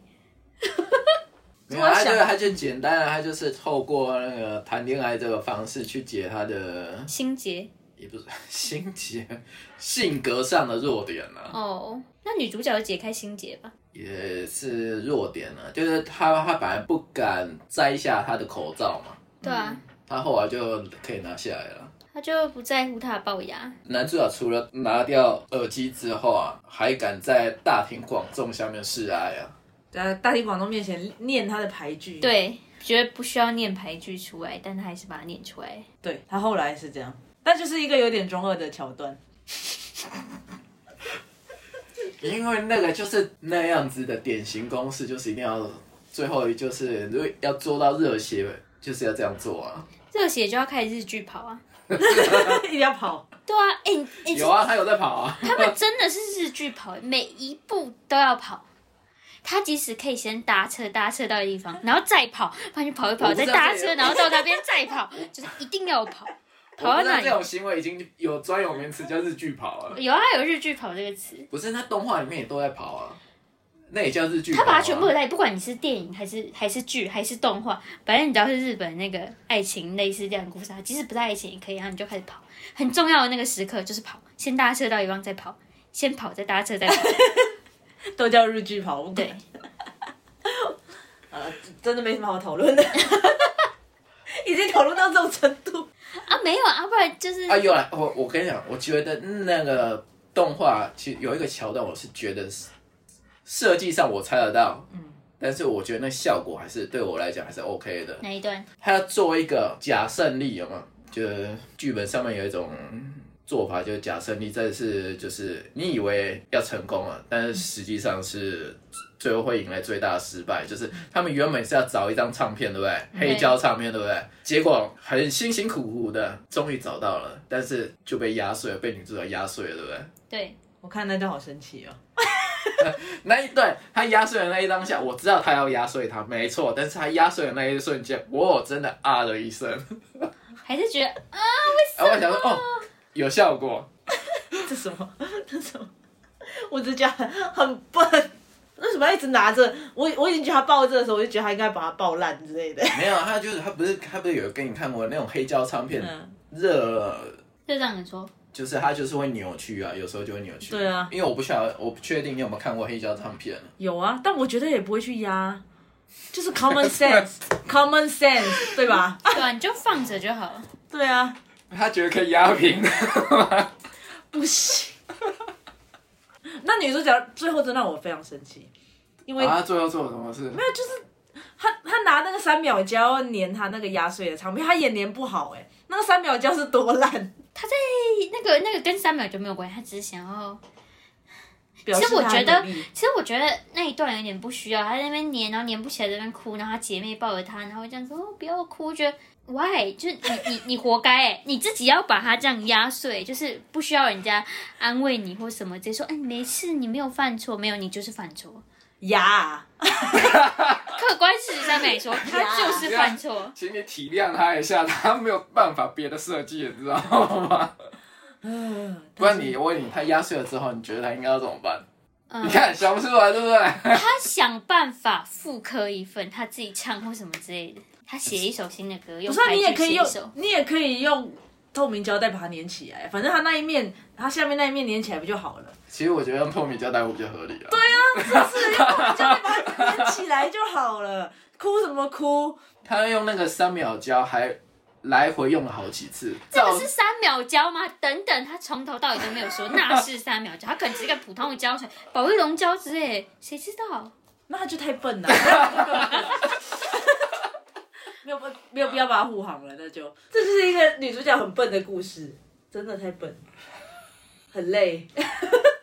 没有，他就他就简单了，他就是透过那个谈恋爱这个方式去解他的
心结
也不是 心结，性格上的弱点啊，
哦，那女主角有解开心结吧？
也是弱点啊，就是他他本来不敢摘下他的口罩嘛，
对啊，
他后来就可以拿下来了。
她就不在乎她的龅牙。
男主角除了拿掉耳机之后啊，还敢在大庭广众下面示爱啊，
在大庭广众面前念他的牌句。
对，觉得不需要念牌句出来，但她还是把它念出来。
对，他后来是这样，但就是一个有点中二的桥 段。
因为那个就是那样子的典型公式，就是一定要最后就是如果要做到热血，就是要这样做啊。
热血就要开始日剧跑啊！
一定要跑，
对啊，哎、你哎、
有啊，他有在跑啊。
他们真的是日剧跑，每一步都要跑。他即使可以先搭车，搭车到地方， 然后再跑，不然就跑一跑，
我不
再
知道
搭
这
车，
个
然后到那边再跑，就是一定要跑。跑
我
到
不知
哪
道
里
这？种行为已经有专有名词叫日剧跑了。
有啊，有日剧跑这个词，
不是，那动画里面也都在跑啊，那也叫日剧、啊。
他把它全部合在，不管你是电影还是还是剧还是动画，反正你只要是日本那个爱情类似这样的故事，啊，即使不是爱情也可以，然后你就开始跑。很重要的那个时刻就是跑，先搭车到一方再跑，先跑再搭车再跑。
都叫日剧跑。我
对，
呃，真的没什么好讨论的， 已经讨论到这种程度。
啊，没有啊，不然就是
啊，有了。我我跟你讲，我觉得那个动画其实有一个桥段，我是觉得是设计上我猜得到，嗯，但是我觉得那效果还是对我来讲还是 OK 的。
哪一段？
他要做一个假胜利，有没有？就是剧本上面有一种做法，就是假胜利，这是就是你以为要成功了，但是实际上是最后会迎来最大的失败。就是他们原本是要找一张唱片，对不对？黑胶唱片，对不对？结果很辛辛苦苦的，终于找到了，但是就被压碎了，被女主角压碎了，对不对？
对，
我看那段好生气哦，
那一段他压碎的那一当下，我知道他要压碎他，没错，但是他压碎的那一瞬间，我真的啊了一声。
还是觉得
然后我想说，哦，有效果。
这什么？ 这什么？我只觉得很笨。为什么要一直拿着？我我已经觉得他抱着的时候，我就觉得他应该把它抱烂之类的。
没有，他就是他不是他不是有给你看过那种黑胶唱片
嗯，
热了，
就让你说，
就是它就是会扭曲啊，有时候就会扭曲。
对啊
因为我不晓得，我不确定你有没有看过黑胶唱片。
有啊，但我觉得也不会去压，就 是 common sense，common sense，对吧？
对啊，你就放着就好了。
对啊，
他觉得可以压平，
不行。 那女主角最后真让我非常生气，因为
啊，最后做了什么事？没有，
她她拿那个三秒胶粘她那个压碎的唱片，她也粘不好哎、那个三秒胶是多烂，
他在 那个那个跟三秒就没有关系，他只是想要。
表示
其实我
她
觉得
很努力
其实我觉得那一段有点不需要，他在那边黏，然后黏不起来，在那边哭，然后他姐妹抱着他，然后这样说、哦、不要哭，觉得 why 就是你你你活该哎、你自己要把他这样压碎，就是不需要人家安慰你或什么，直接说哎没事，你没有犯错，没有你就是犯错。
压啊、
客观事实上 来说，他就是犯错。
请你体谅他一下，他没有办法别的设计，你知道吗？ 不然你我问你，他压碎了之后，你觉得他应该要怎么办？
嗯
你看想不出来，对不对？
他想办法复刻一份他自己唱或什么之类的，他写一首新的歌，
不
用
是啊
排
你也
句
可
写
以
一
用
首，，
你也可以用透明胶带把它粘起来，反正它那一面，它下面那一面粘起来不就好了？
其实我觉得用透明胶带会比较合理啊。对
粘 起来就好了，哭什么哭？
他用那个三秒胶还来回用了好几次，
这
造
个是三秒胶吗？等等，他从头到尾都没有说那是三秒胶，他可能只是一个普通的胶水、保丽龙胶之类，谁知道？
那他就太笨了， 没有不没有必要把它护航了，那就这就是一个女主角很笨的故事，真的太笨，很累，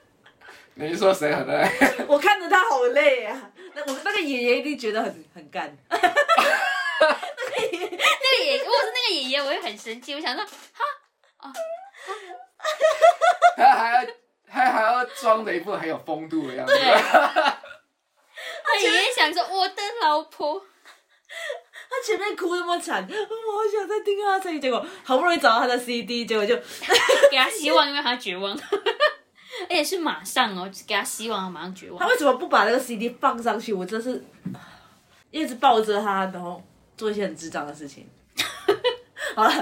你是说谁很累？
我看着她好累啊，那我那个爷爷一定觉得很很干，
那个爷，如果是那个爷爷，我会很生气，我想说，啊
他 还要他还要装的一副很有风度的样子。
对，那爷爷想说我的老婆，
他前面哭那么惨，我好想再听他声音，结果好不容易找到他的 CD，结果就
给他希望，因为他绝望，而且是马上哦，给他希望，马上绝
他
望。
为什么不把那个 CD 放上去？我真是 一直抱着他，然后做一些很智障的事情。 好了，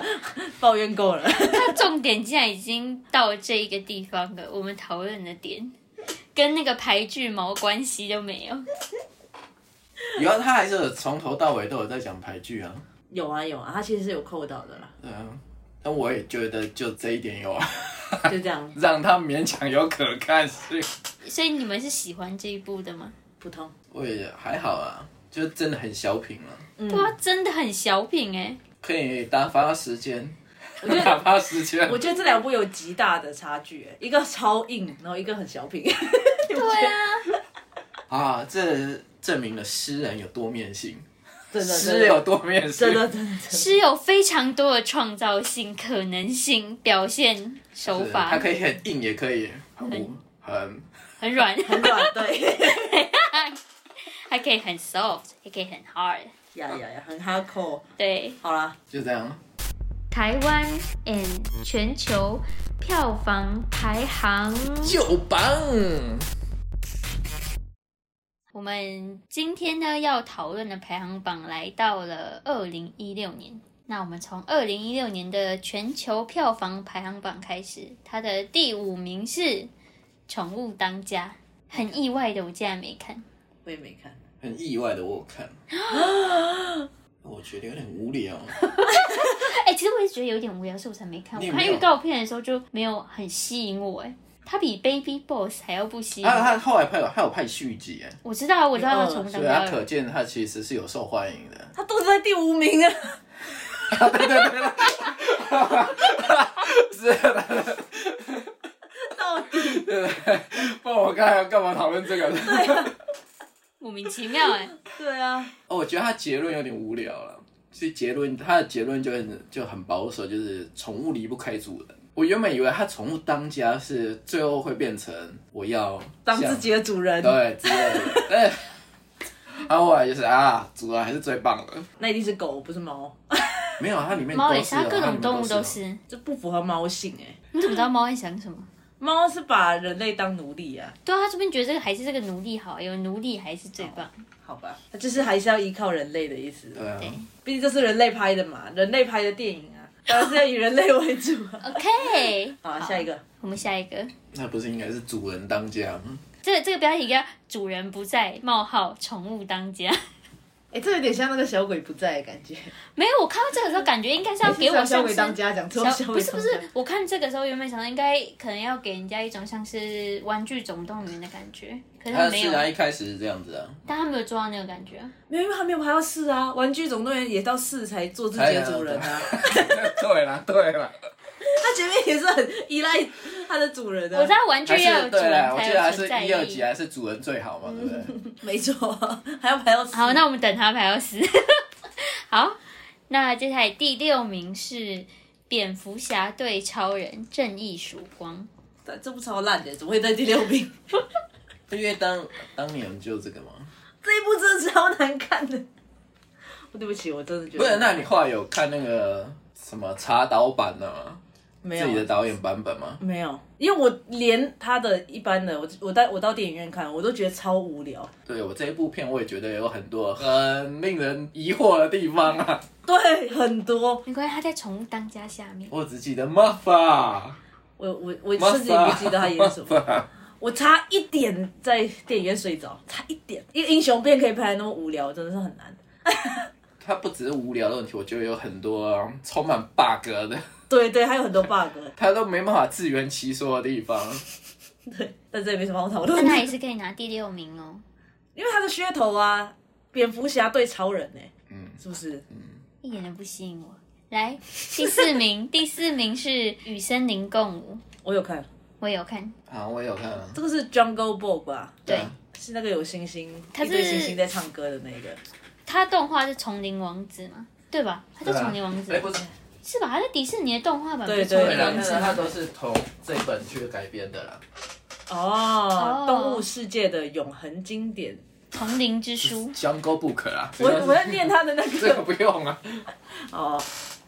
抱怨够了。
那重点竟然已经到了这一个地方了，我们讨论的点跟那个排剧毛关系都没有。
以后他还是有从头到尾都有在讲排剧啊，
有啊有啊，他其实是有扣到 的啦，
对啊。但我也觉得就这一点有啊，
就这样
让他勉强有可看性。
所以你们是喜欢这一部的吗？
普通。
我也还好啊，就真的很小品了、
嗯，
哇，啊真的很小品哎、
可以打发时间，
觉得
打发时间
我。觉得这两部有极大的差距、欸，一个超硬，然后一个很小品。
对啊，
啊，这证明了诗人有多面性，
真的
诗有多面性。
真的真的真的真的
是有非常多的创造性、可能性、表现手
对
法
它，可以很硬，也可以很无很
很软，
很软， 对，
还可以很 soft，也可以很 hard。
呀呀呀，很 hardcore。
对，
好啦，
就这样。
台湾 and 全球票房排行，
九榜
我们今天呢要讨论的排行榜来到了二零一六年。那我们从二零一六年的全球票房排行榜开始，它的第五名是《宠物当家》，很意外的，我竟然没看。
我也没看，
很意外的，我有看， 我觉得有点无 聊。
哎、其实我也觉得有点无聊，所以我才没看。
你
我
也
看
没有
预告片的时候就没有很吸引我、哎，它比 Baby Boss 还要不吸引
他
我。
他后来拍有，他有拍续集哎，
我知道，我知道它重当
所以
家
他
二
啊可见他其实是有受欢迎的。
他都是在第五名啊。
对对对 对，是啊
到底
对对，不然我刚才要干嘛讨论这个？
莫名其妙哎、
对啊，
哦，我觉得他结论有点无聊了。所以结论，他的结论就很就很保守，就是宠物离不开主人。我原本以为他宠物当家是最后会变成我要
当
像
自己的主人，
对之类的，对。然后后来就是啊，主人还是最棒的。那
那一定是狗，不是猫，
没有，啊它里面
猫
都
也是，它啊
有
各种动物都
有。
是。
这不符合猫性哎、
你怎么知道猫在想什么？
猫是把人类当奴隶啊，
对啊，他这边觉得这个还是这个奴隶好，有奴隶还是最棒。
好吧，它就是还是要依靠人类的意思。
对啊，
对
毕竟这是人类拍的嘛，人类拍的电影啊，当然是要以人类为主啊。
OK，
好啊，下一个，
我们下一个，
那不是应该是主人当家吗？
这这个标题叫“主人不在”冒号宠物当家。
哎、这有点像那个小鬼不在的感觉，
没有，我看到这个时候感觉应该是要给我
是小
像
鬼
是
当家讲错，
小
小
不
鬼
是不
当
是
家，，
我看这个时候原本想到应该可能要给人家一种像是《玩具总动员》的感觉，可是
他
他没
是
有，
啊，一开始是这样子啊，
但他没有做到那个感觉啊。
没有，因为还没有拍到四啊，《玩具总动员》也到四才做自己的主人啊，
对啦对啦，
他前面也是很依赖他的主人
我知
啊，
道玩具
还
要
呃是
有主
对啦，
人
我
才
记得还
有
是
存在
一二集啊
意。
还是主人最好嘛，对不对？
没错，还要拍到四。
好，那我们等他排到死。 好，那接下来第六名是蝙蝠侠对超人正义曙光。
但这部超烂的，怎么会在第六名？
因为当当年就这个嘛，
这一部真的超难看的。我 对不起，我真的觉得
不是？那你后来有看那个什么查导版的吗？
没
啊
自己的
有
导演版本吗？
没有，因为我连他的一般的，我我到我到电影院看，我都觉得超无聊。
对我这一部片，我也觉得有很多很令人疑惑的地方 啊。
对，很多
没关系，他在宠物当家下面。
我只记得 Muffa，
我我我甚至也不记得他演什么。
么。
我差一点在电影院睡着，差一点。一个英雄片可以拍得那么无聊，真的是很难。
它不只是无聊的问题，我觉得有很多充满 bug 的，
对对，还有很多 bug，
它都没办法自圆其说的地方。
对，但这也没什么好讨论
但
的
他，也是可以拿第六名哦。
因为他的噱头啊，蝙蝠侠对超人呢、
嗯，
是不是？
一点都不吸引我。来，第四名，第四名是《与森林共舞》，
我有看，
我有看，
啊，我也有看啊。
这个是 Jungle Book 吧？
对
啊
是那个有星星，
它
一
是
堆星星在唱歌的那个。
它动画是《丛林王子》嘛，对吧？它是《丛林王子
啊
哎、》不是，
是吧？它是迪士尼的动画版，不
对
是《丛
对
林
啦，
王
但
子
是》它都是从这本去改编的啦。
哦，动物世界的永恒经典。
《丛林之书》。
Jungle Book 啦，
我我在念它的那
这个
个
不用啊。
哦，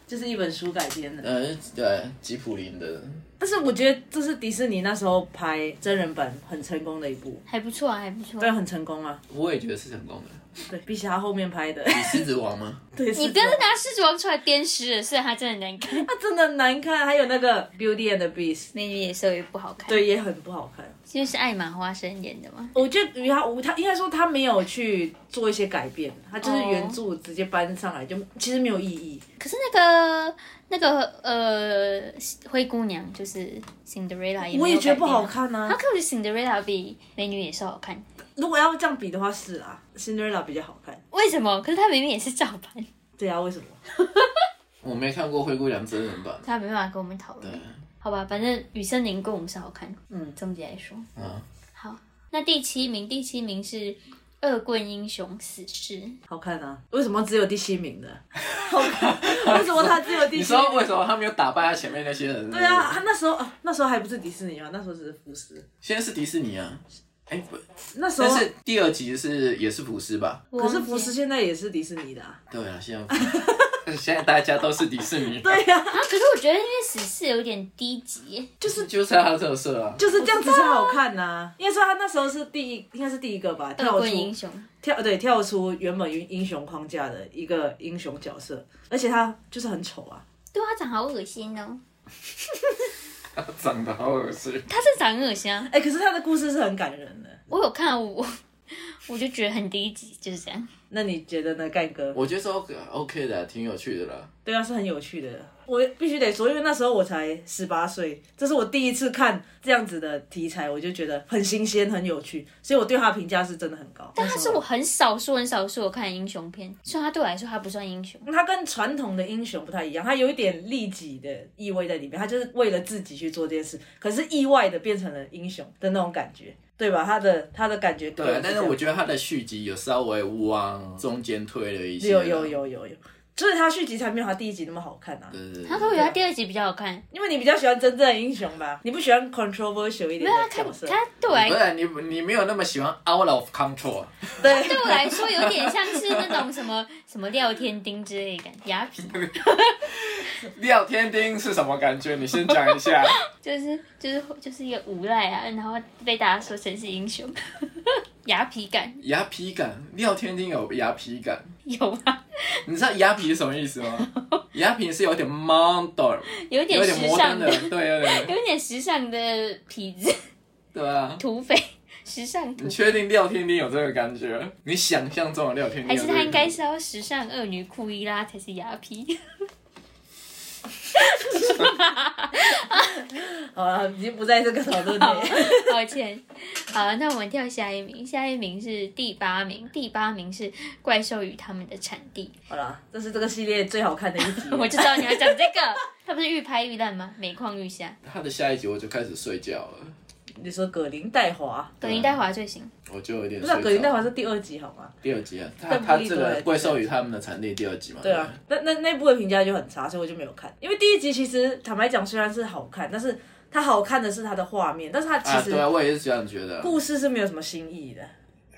就是一本书改编的。
呃，对，吉普林的，
但是我觉得这是迪士尼那时候拍真人版很成功的一部，
还不错啊，还不错。
对，很成功啊。
我也觉得是成功的。
对，比起他后面拍的，
比狮子王吗？
对，
你不要再拿狮子王出来鞭尸了，虽然它真的难看，
他啊真的很难看。还有那个《Beauty and the Beast》，
美女野兽也不好看。，
对，也很不好看。
就是艾玛花生演的嘛。
我觉得于他无他应该说他没有去做一些改变，他
哦
就是原著直接搬上来，就其实没有意义。
可是那个那个呃，灰姑娘就是 Cinderella，也
我
没有
也觉得
改
不
变
好
啊。
看
他
啊。
可是 Cinderella 比美女野兽好看，
如果要这样比的话，是啊，Cinderella 比较好看。
为什么？可是他明明也是照搬，
对啊，为什么？
我没看过灰姑娘真人版。
他没办法跟我们讨
对
论。，好吧，反正《与森林共舞》是好看。
嗯，
总结来说，
嗯，
好，那第七名，第七名是《恶棍英雄死侍》。
好看啊。为什么只有第七名呢？ 好看？为什么他只有第
你
七名？
说为什么他没有打败他前面那些人？是不是
对啊，，他那时候啊，那时候还不是迪士尼啊，那时候只是福斯。
现在是迪士尼啊。哎、不，
那时候
但，是第二集是也是福斯吧？
我
可是
忘记
福斯现在也是迪士尼的啊。
对啊，现在 现在大家都是迪士尼，
对 呀、
啊，可是我觉得因为死侍有点低级，
就是就是它的特色啊。
就是这样子才好看呐、因为说他那时候是第一，应该是第一个吧，
恶
跳出
棍英雄
跳对跳出原本英英雄框架的一个英雄角色，而且他就是很丑啊，
对他长好恶心哦，
长得好恶心。
他是长很恶心啊。
哎、可是他的故事是很感人的。
我有看啊我， 我就觉得很低级，就是这样。
那你觉得呢，盖哥？
我觉得是 OK OK 的啊、挺有趣的啦。
对啊，是很有趣的。我必须得说，因为那时候我才十八岁，这是我第一次看这样子的题材，我就觉得很新鲜、很有趣，所以我对他的评价是真的很高。
但
那
他
时
是
候
我很少数、很少数我看的英雄片，所以他对我来说他不算英雄。
他跟传统的英雄不太一样，他有一点利己的意味在里面，他就是为了自己去做这件事，可是意外的变成了英雄的那种感觉，对吧？他的他的感觉
对啊，但是我
觉
觉得它的续集有稍微往中间推了一些。
有有。有有有，所以他续集才没有他第一集那么好看啊，
对对
他
对。
可我觉得他第二集比较好看，
因为你比较喜欢真正的英雄吧，你不喜欢 controversial 一点
没有啊他
的
看
角色，
他对我来
不是你，你没有那么喜欢 Out of Control，
对，
对我来说有点像是那种什么什么廖天丁之类的感觉，雅 痞
廖天丁是什么感觉？你先讲一 下。
就是就是就是一个无赖啊，然后被大家说成是英雄，雅痞感
牙皮感，廖天丁有牙皮感，
有吗？
你知道牙皮是什么意思 吗？牙皮是有点 model，
有点
有点
时
摩
尚
登
的
的，，对对 对，
有点时尚的痞子
对啊。
土匪，时尚土匪，
你确定廖天丁有这个感觉？你想象中的廖天丁
还
有
是
这个
他
感觉
应该是要时尚恶女库伊拉才是雅 痞？
好了，已经不在这个讨 论
好
里。，
抱歉。好，那我们跳下一名，下一名是第八名，第八名是《怪兽与他们的产地
好了，这是这个系列最好看的一 集》，
，我就知道你要讲这个。 它不是欲拍欲烂吗？每况愈下。
他的下一集我就开始睡觉了，
你说葛林戴华，
葛林戴华最行，
我就有点
不
睡
是
着。
啊葛林戴华是第二集好吗？
第二集啊，他
邓
他
布利
这
多
个
的
《怪兽与他们的产地》第二集嘛。
对啊，那那那部的评价就很差，所以我就没有看。因为第一集其实坦白讲，虽然是好看，但是它好看的是它的画面，但是它
对啊。啊，
其
对啊，
实
我也是这样觉得。
故事是没有什么新意的，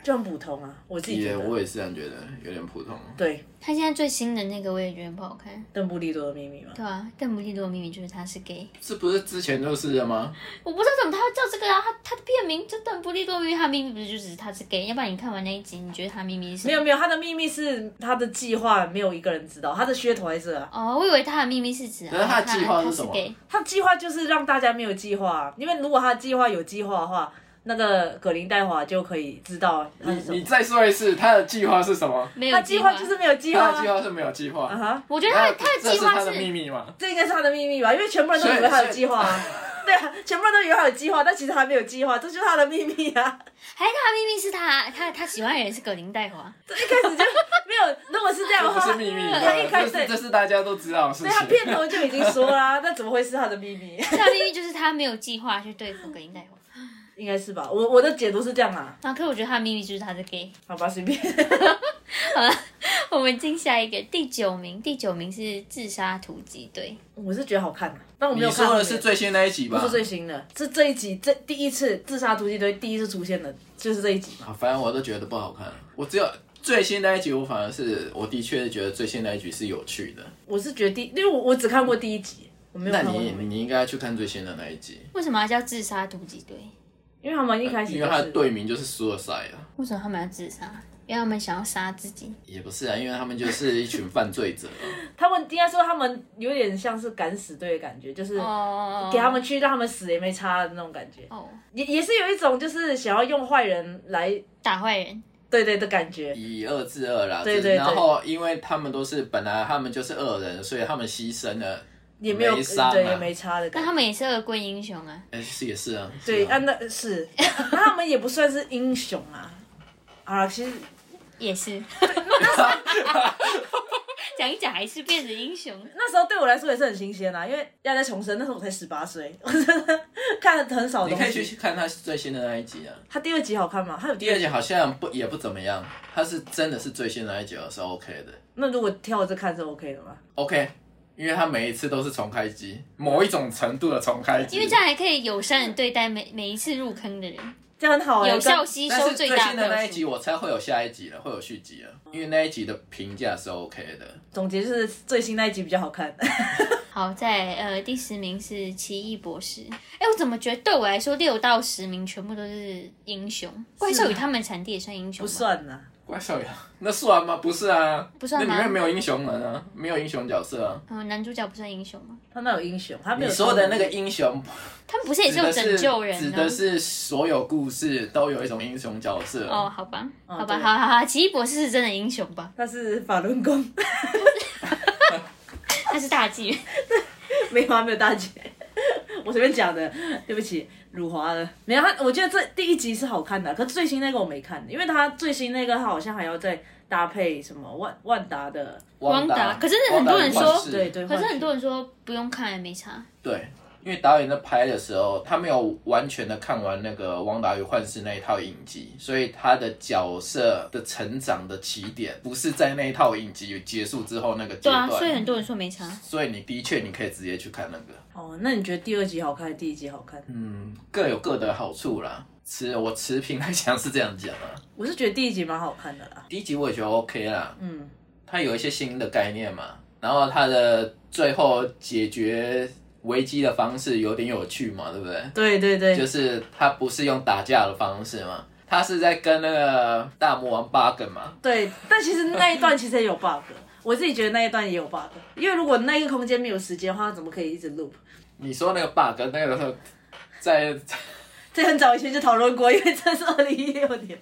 就很普通啊。我自己
也
觉
我
得，
也是这样觉得，有点普通。
对
他现在最新的那个我也觉得不好看。
邓布利多的秘密嘛，
对啊，邓布利多的秘密就是他是 gay，
这不是之前就是了吗？
我不知道怎么他会叫这个啊，他他的片名就邓布利多的秘密，他的秘密不是就只是他是 gay？要不然你看完那一集，你觉得他秘密是什么
没有没有，他的秘密是他的计划没有一个人知道，他的噱头还是啊，
哦，我以为他的秘密是指、啊，
可是他的计划
他
是什么
gay
他的计划就是让大家没有计划啊，因为如果他的计划有计划的话。那个葛林戴华就可以知道他
你
是什
你
么，
再说一次，他的计划是什么？
没有
他计划就是没有计划
他的
啊
计划是没有计
啊
划，
哈，
我觉得他的
这
他的
这
计
是
划
他的秘密嘛？
这应该是他的秘密吧，因为全部人都以为他有计划、啊，对啊，全部人都以为他有计划，但其实他没有计划，这就是他的秘密 啊。
还是他的秘密是他他他喜欢的人是葛林戴华，
一开始就没有，如果是这样
这
的
不
话，
是秘密， 啊
他一开
这
始
是这是大家都知道的事
对他
情。
片头就已经说啦、那怎么会是他的秘密？
他的秘密就是他没有计划去对付葛林戴华。
应该是吧，我我的解读是这样啊，
然后，可是我觉得他的秘密就是他是 gay。
好吧，随便。
我们进下一个第九名，第九名是自杀突击队，
我是觉得好看、啊，但我没
你
有看
说
后
的
面。
是最新那一集吧
不？是最新的，是这一集这第一次自杀突击队第一次出现的，就是这一集嘛。
啊，反正我都觉得不好看。我只有最新那一集，我反而是我的确觉得最新那一集是有趣的。
我是觉得第，因为我我只看过第一集，我没有
那
看过后
你
面，
你应该去看最新的那一集，
为什么要叫自杀突击队？
因为他们一开始、就是、
因为他的队名就是 Suicide 啊。
为什么他们要自杀？
因为他们想要杀自己。
也不是啊，因为他们就是一群犯罪者，
他们应该说他们有点像是敢死队的感觉，就是
哦，
给他们去让他们死也没差的那种感觉，
哦
也也是有一种就是想要用坏人来
打坏人，
对对的感觉。
以恶制恶啦。
对
只
对对
然后因为他们都是本来他们就是恶人，所以他们牺牲了，
也没有
没伤啊
对，也没差的感
但
觉。
他们也是恶棍英雄啊。
哎、是也是啊。
对，
是啊
啊，那 是，那他们也不算是英雄啊。啊，其实
也是。 讲一讲还是变成英雄，
那时候对我来说也是很新鲜啊，因为要再重生，那时候我才十八岁， 我真的看了很少
你
东
可以去
西。
看他最新的那一集啊。
他第二集好看吗？他有
第二集好像不也不怎么样，他是真的是最新的那一集而是 OK 的
那如果跳着看是 OK 的吗？
，OK，因为他每一次都是重开机，某一种程度的重开机。
因为这样还可以友善的对待每每一次入坑的人，
这样很好、欸，
有效
刚
吸
但
收
是
最
最
大
新的哦那
票
一集，
数。
我猜会有下一集了，会有续集了，因为那一集的评价是 OK 的。
总结就是最新那一集比较好看。
好，在呃第十名是《奇异博士》。哎，我怎么觉得对我来说六到十名全部都是英雄？怪兽与他们产地也算英雄
不
吗？
算呐、
怪兽呀，那算吗？不是啊，
不算吗
那里面没有英雄人啊，没有英雄角色啊。
嗯，男主角不算英雄吗？
他那有英雄，他没
你
有
说的那个英雄，
他们不是也
指
是有
的
拯
是
救人啊
指
呢、
的是所有故事都有一种英雄角色。
哦，好吧，好吧，
对
好好好，奇异博士是真的英雄吧？
他是法轮功，
他是大忌。
没有啊，没有大姐， 我随便讲的，对不起，辱华了。没有他，我觉得这第一集是好看的，啊可是最新那个我没看，因为他最新那个他好像还要再搭配什么万万达的，
汪
汪
达可是
汪达
很多人
的幻
说
视
对对。
可是
换
很多人说不用看也没差，
对，因为导演在拍的时候，他没有完全的看完那个《汪达与幻视》那一套影集，所以他的角色的成长的起点不是在那一套影集结束之后那个阶
对
段。
啊，所以很多人说没差。
所以你的确你可以直接去看那个，
哦，那你觉得第二集好看，还是第一集好看？
嗯，各有各的好处啦。持我持平来讲是这样讲啊，
我是觉得第一集蛮好看的啦。
第一集我也觉得 OK 啦，
嗯，
它有一些新的概念嘛，然后它的最后解决危机的方式有点有趣嘛，对不对？
对对对，
就是他不是用打架的方式嘛，他是在跟那个大魔王巴梗嘛。
对，但其实那一段其实也有 bug，我自己觉得那一段也有 bug，因为如果那个空间没有时间的话，怎么可以一直 loop？
你说那个 bug 那个时候在
这很早以前就讨论过，因为这是二零一六年，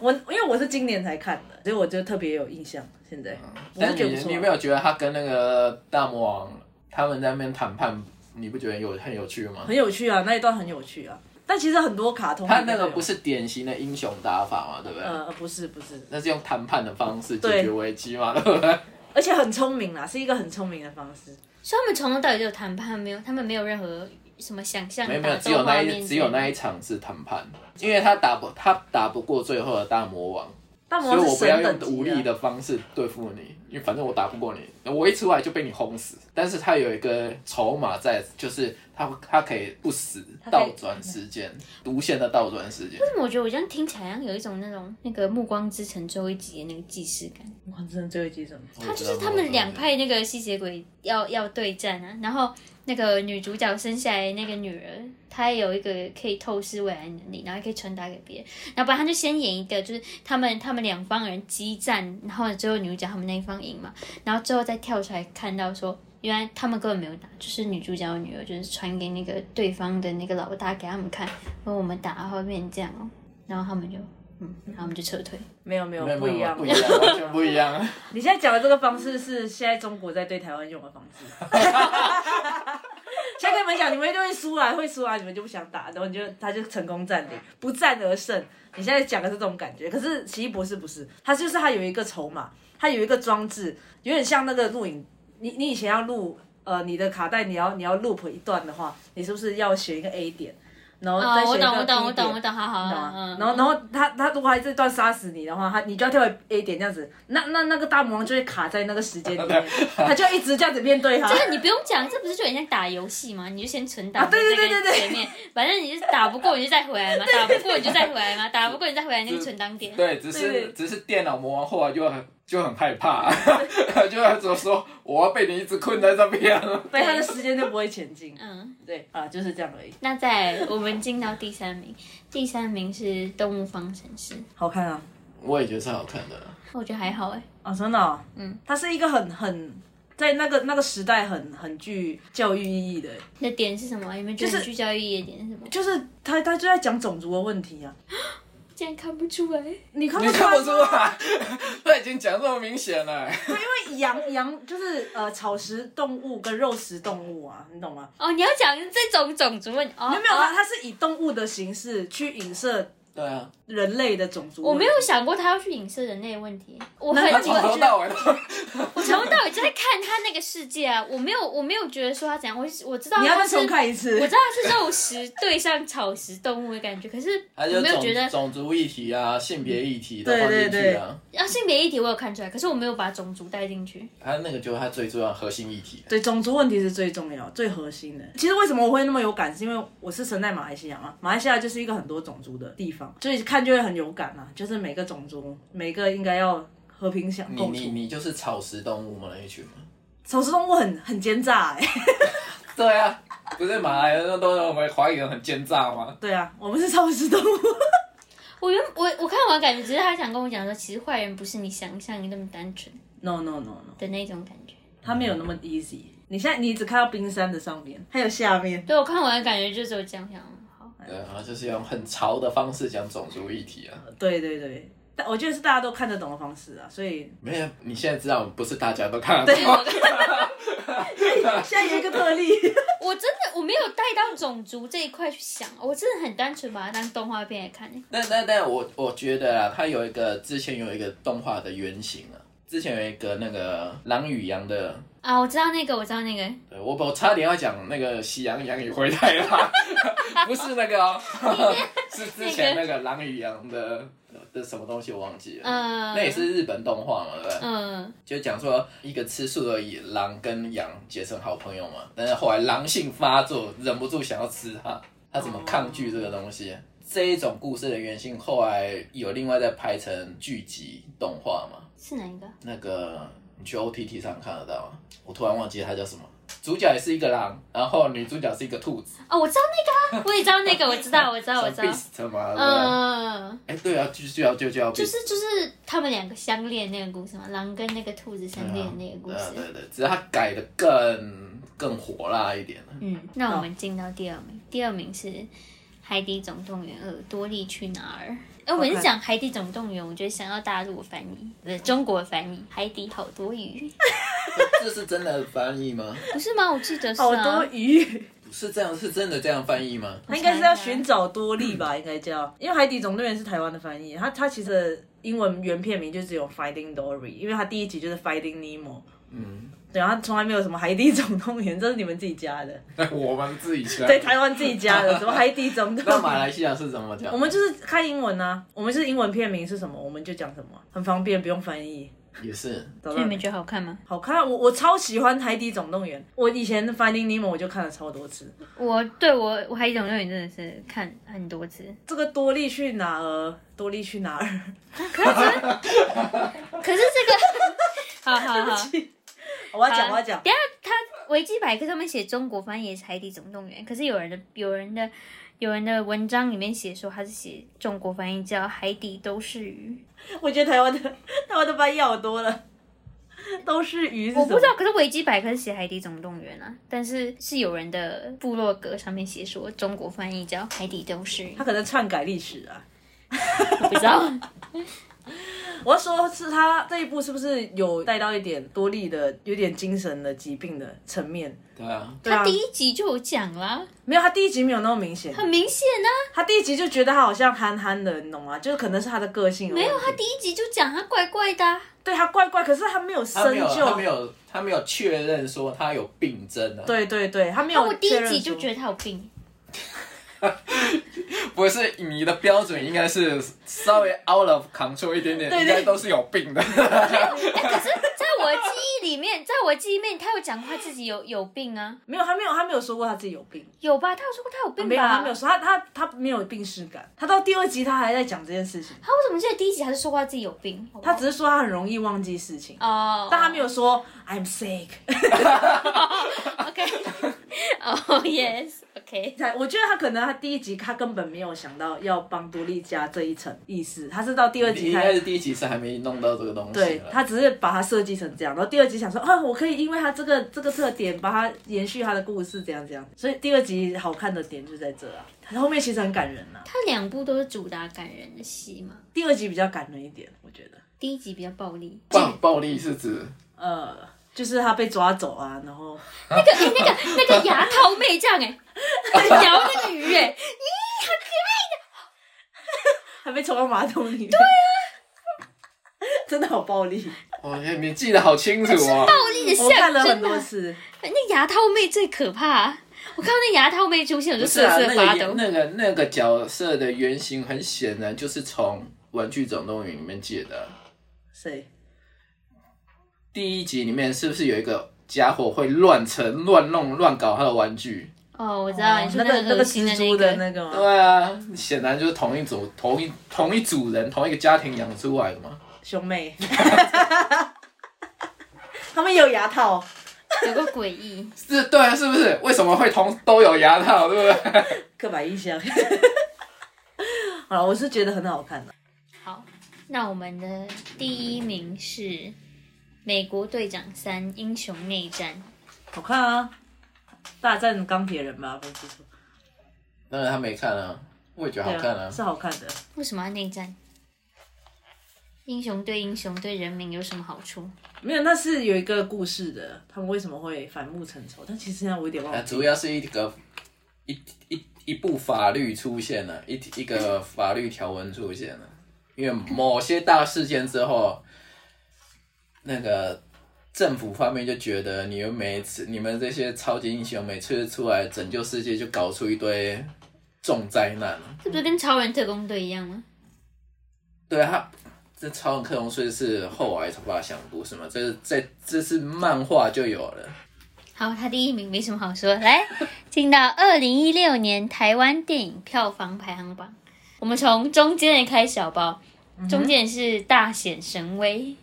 我因为我是今年才看的，所以我就特别有印象。现在、我
嗯但
是
你
觉得不错
你有没有觉得他跟那个大魔王他们在那边谈判，你不觉得有很有趣吗？
很有趣啊，那一段很有趣啊。但其实很多卡通
他
里
那
面都
个
有
不，是典型的英雄打法嘛，对不对？
呃，不是不是，
那是用谈判的方式
对
解决危机嘛，对不对？
而且很聪明啊啦，是一个很聪明的方式。
所以他们从头到尾都有谈判，没有他们没有任何什么想象的
没有没有，
打
只
斗
有
画
那
面之类
一
的，
只有那一场是谈判，因为他打不他打不过最后的大魔王，
大魔
所以
王是
我不要
神
用
等级啊
武力的方式对付你，因为反正我打不过你，我一出来就被你轰死。但是他有一个筹码在，就是他他可以不死，
可以
倒转时间，无限的倒转时间。
为什么我觉得我这样听起来好像有一种那种那个《暮光之城》最后一集的那个既视感？
哇，真的最后一集什么？
他就是他们两派那个吸血鬼要要对战啊，然后那个女主角生下来那个女儿，她也有一个可以透视未来的能力，然后也可以传达给别人。然后本来他就先演一个，就是他们他们两方人激战，然后最后女主角他们那一方赢嘛，然后最后再跳出来看到说。原来他们根本没有打，就是女主角的女儿就是传给那个对方的那个老大给他们看，说我们打后面这样哦，然后他们就嗯，然后他们就撤退。
没有没有
没有
不
没有
一
没有
样
不。一样，完全不一样。
你现在讲的这个方式是现在中国在对台湾用的方式。 现在跟你们讲，你们一定会输啊，会输啊，你们就不想打，然后你就他就成功占领，不战而胜。你现在讲的是这种感觉，可是奇异博士不是，他就是他有一个筹码，他有一个装置，有点像那个录影，你你以前要录呃你的卡带，你要你要 loop 一段的话，你是不是要选一个 A 点，然后
哦
再，选
我
一个
懂，我
B
懂，我懂，
点
我？懂，好好，
你懂
好
吗
嗯？
然后，然后他他如果还这段杀死你的话，他你就要跳回 A 点这样子，那那那个大魔王就会卡在那个时间 里面，他就一直这样子面对他。
就是你不用讲，这不是就很像打游戏吗？你就先存档、
啊对对对对对
前面，反正你就是打不过你就再回来嘛，打不过你就再回来嘛，打不过你再回来那个存档点。
对，只
对
是只是电脑魔王后来就很就很害怕， 就要怎么说，我要被你一直困在这边。
对，他的时间就不会前进。
嗯，
对啊，就是这样而已。
那在我们进到第三名，第三名是《动物方程式》，
好看啊，
我也觉得是好看的。
我觉得还好哎、
哦，真的、哦，
嗯，
它是一个很很在那个那个时代很很具教育意义的，
你的点是什么？你啊们觉得
就是
很聚焦于一的点是什么？
就是他他就在讲种族的问题啊，
竟然看不出来，
你看
你
不出
看
来
不
吗
出来， 他已经讲这么明显了。
因为羊羊就是呃草食动物跟肉食动物啊，你懂吗？
哦，你要讲这种种族问题哦，
没有没有，
哦
啊它它是以动物的形式去影射
对啊，
人类的种族问题。
我没有想过他要去影射人类问题，我很
那
我
他
你
啊从
我
头到尾都，
我从头到尾 就在看他那个世界啊，我没有我没有觉得说他怎样，我是我知道
你要
他
再
是
重看一次
我。知道它是肉食对上草食动物的感觉，可是
他
我
就
没有觉
种
得
种族议题啊、性别议题都
对
放
嗯对
进去啊。
啊性别议题我有看出来，可是我没有把种族带进去。
他那个就是他最重要的核心议题。啊
对，种族问题是最重要、最核心的。其实为什么我会那么有感，是因为我是生在马来西亚嘛，马来西亚就是一个很多种族的地方，所以看就会很有感啊。就是每个种族，每个应该要和平相
你
共
你
处。
你就是草食动物吗？那一群吗？
草食动物很很奸诈哎、
对啊，不是马来人都认为华语人很奸诈吗？
对啊，我们是草食动物。
我原我我看完感觉，只是他想跟我讲说，其实坏人不是你想象的那么单纯
no no no no，
的那种感觉。
它没有那么 easy。你现在你只看到冰山的上面，还有下面。
对我看完的感觉就只有这样想。好，
对啊，就是用很潮的方式讲种族议题啊。
对对对，但我觉得是大家都看得懂的方式啊，所以
没有，你现在知道不是大家都看得懂。
现在有一个特例。
我真的我没有带到种族这一块去想，我真的很单纯把它当动画片来看。
那那那我我觉得啊，它有一个之前有一个动画的原型啊，之前有一个那个狼与羊的，
啊，我知道那个，我知道那个，
对我我差点要讲那个《喜羊羊与灰太狼》，不是那个哦， 是之前那个狼与羊的的什么东西我忘记了，
嗯
那也是日本动画嘛，对不对？
嗯，
就讲说一个吃素的狼跟羊结成好朋友嘛，但是后来狼性发作，忍不住想要吃它，它怎么抗拒这个东西？这一种故事的原型后来有另外再拍成剧集动画嘛？
是哪一个？
那个你去 OTT 上看得到吗，我突然忘记它叫什么。主角也是一个狼，然后女主角是一个兔子，
哦，我知道那个、啊，我也知道那个，我知道，我知道，我知
什
道
么。Beast 嘛，对不对？
嗯，
哎、对啊，就就要就就要
就
Beast，
是就是他们两个相恋那个故事嘛，狼跟那个兔子相恋那个故
对啊对
事。
对，只是它改的更更火辣一点了。
嗯，那我们进到第二名，第二名是《海底总动员二：多利去哪儿》。哎，我们是
OK
讲《海底总动员》，我觉得想要大陆的翻译，不是中国的翻译，《海底好多鱼》
这是真的翻译吗？
不是吗？我记得是、啊、
好多鱼，
是这样，是真的这样翻译吗？
它应该是要寻找多 利吧，应该叫，因为《海底总动员》是台湾的翻译，它它其实的英文原片名就只有 Finding Dory，因为它第一集就是 Finding Nemo，
嗯，
对，然后它从来没有什么《海底总动员》，这是你们自己加的，
我们自己去。
对，台湾自己加的，什么《海底总动
那
员
马》。来西亚是怎么讲？
我们就是看英文啊，我们是英文片名是什么，我们就讲什么，很方便，不用翻译。
也是，
找
所以
到
你们觉得好看吗？
好看，啊我我超喜欢《海底总动员》，我以前《Finding Nemo》我就看了超多次。
我对我我《海底总动员》真的是看很多 次，
这个多利去哪儿？多利去哪儿？
可是这个，好好好。
我要
好啊
讲，我要讲。
等一下他维基百科上面写中国翻译也是《海底总动员》，可是有人的有人的有人的文章里面写说他是写中国翻译叫《海底都是鱼
我觉得台湾的台湾的翻译好多了， 都是鱼是》，什
我
么
不知道，可是维基百科是写《海底总动员》啊，但是是有人的部落格上面写说中国翻译叫《海底都是鱼
他》，可能篡改历史啊。
我不知道。
我要说是他这一部是不是有带到一点多利的有点精神的疾病的层面？
对啊，
对啊
他，第一集就有讲啦，
没有他第一集没有那么明显，
很明显啊，
他第一集就觉得他好像憨憨的，你懂吗？就是可能是他的个性
没
没
有他第一集就讲他怪怪的啊、
对他怪怪，可是他没有深
他没有，他没
究。
有，他没有确认说他有病症啊。，
对对对，他没
那
有
我第
确
一
认说。
集就觉得他有病，
不是你的标准应该是稍微 out of control 一点点，
对
应该都是有病的。
哎可是在我的记忆里面，在我的记忆里面，他有讲过他自己有有病啊。
没有，他没有，他没有说过他自己有病，
有吧？他有说过他有病吧？
啊没有，他没有说他他他没有病耻感，他到第二集他还在讲这件事情，
他为什么记得第一集还是说过他自己有病？
他只是说他很容易忘记事情，
哦，
但他 没有说 I'm sick，
OK，哦、oh, yes，OK，、 OK，
才我觉得他可能他第一集他根本没有想到要帮多利加这一层意思，他是到第二集
应
才
该是第一集是还没弄到这个东西。
对他只是把它设计成这样，然后第二集想说啊，我可以因为他这个这个特点，把它延续他的故事，这样这样。所以第二集好看的点就在这啊，它后面其实很感人啊。
他两部都是主打感人的戏嘛，
第二集比较感人一点，我觉得，
第一集比较暴力。
暴暴力是指
呃，就是他被抓走啊，然后
哎那个牙套妹这样哎、欸，摇那个鱼哎、
还被冲到马桶里面。 对啊，真的好暴力，
哇，哦你记得好清楚哦。
暴力的象
我看了很
征
多
啊！
次。
那牙套妹最可怕、啊我看到那牙套妹出现，我就
不是
瑟
啊，
瑟
那
发
个
抖。
那个那个角色的原型很显然就是从《玩具总动员》里面借的。
谁？
第一集里面是不是有一个家伙会乱乘、乱弄、乱搞他的玩具？
哦，我知道、你说
那
那
个那个
恶心的
蜘蛛
个，哦
的那个吗？
对啊，显然就是同一组、同一同一组人、同一个家庭养出来的嘛。
兄妹， 他们有牙套。
有个诡异。
是，对啊，是不是？为什么会同都有牙套，对不对？
刻板印象。 好了，我是觉得很好看的。
好，那我们的第一名是《美国队长三：英雄内战》。
好看啊，大战钢铁人吧，不是错，
当然他没看啊，我也觉得
对
好看
啊，
啊。
是好看的。
为什么要内战？英雄对英雄对人民有什么好处？
没有，那是有一个故事的，他们为什么会反目成仇？但其实现在我有点忘
啊，
了。
主要是一个一一一部法律出现了，一一个法律条文出现了，因为某些大事件之后，那个政府方面就觉得你们每次你们这些超级英雄每次出来拯救世界，就搞出一堆重灾难啊了。
这不是跟超人特工队一样吗？
对他，这超人克隆税是后来才把它想不是吗？这是在这是漫画就有了。
好，他第一名没什么好说。来，进到二零一六年台湾电影票房排行榜，我们从中间人开始好不好？中间人是大显神威，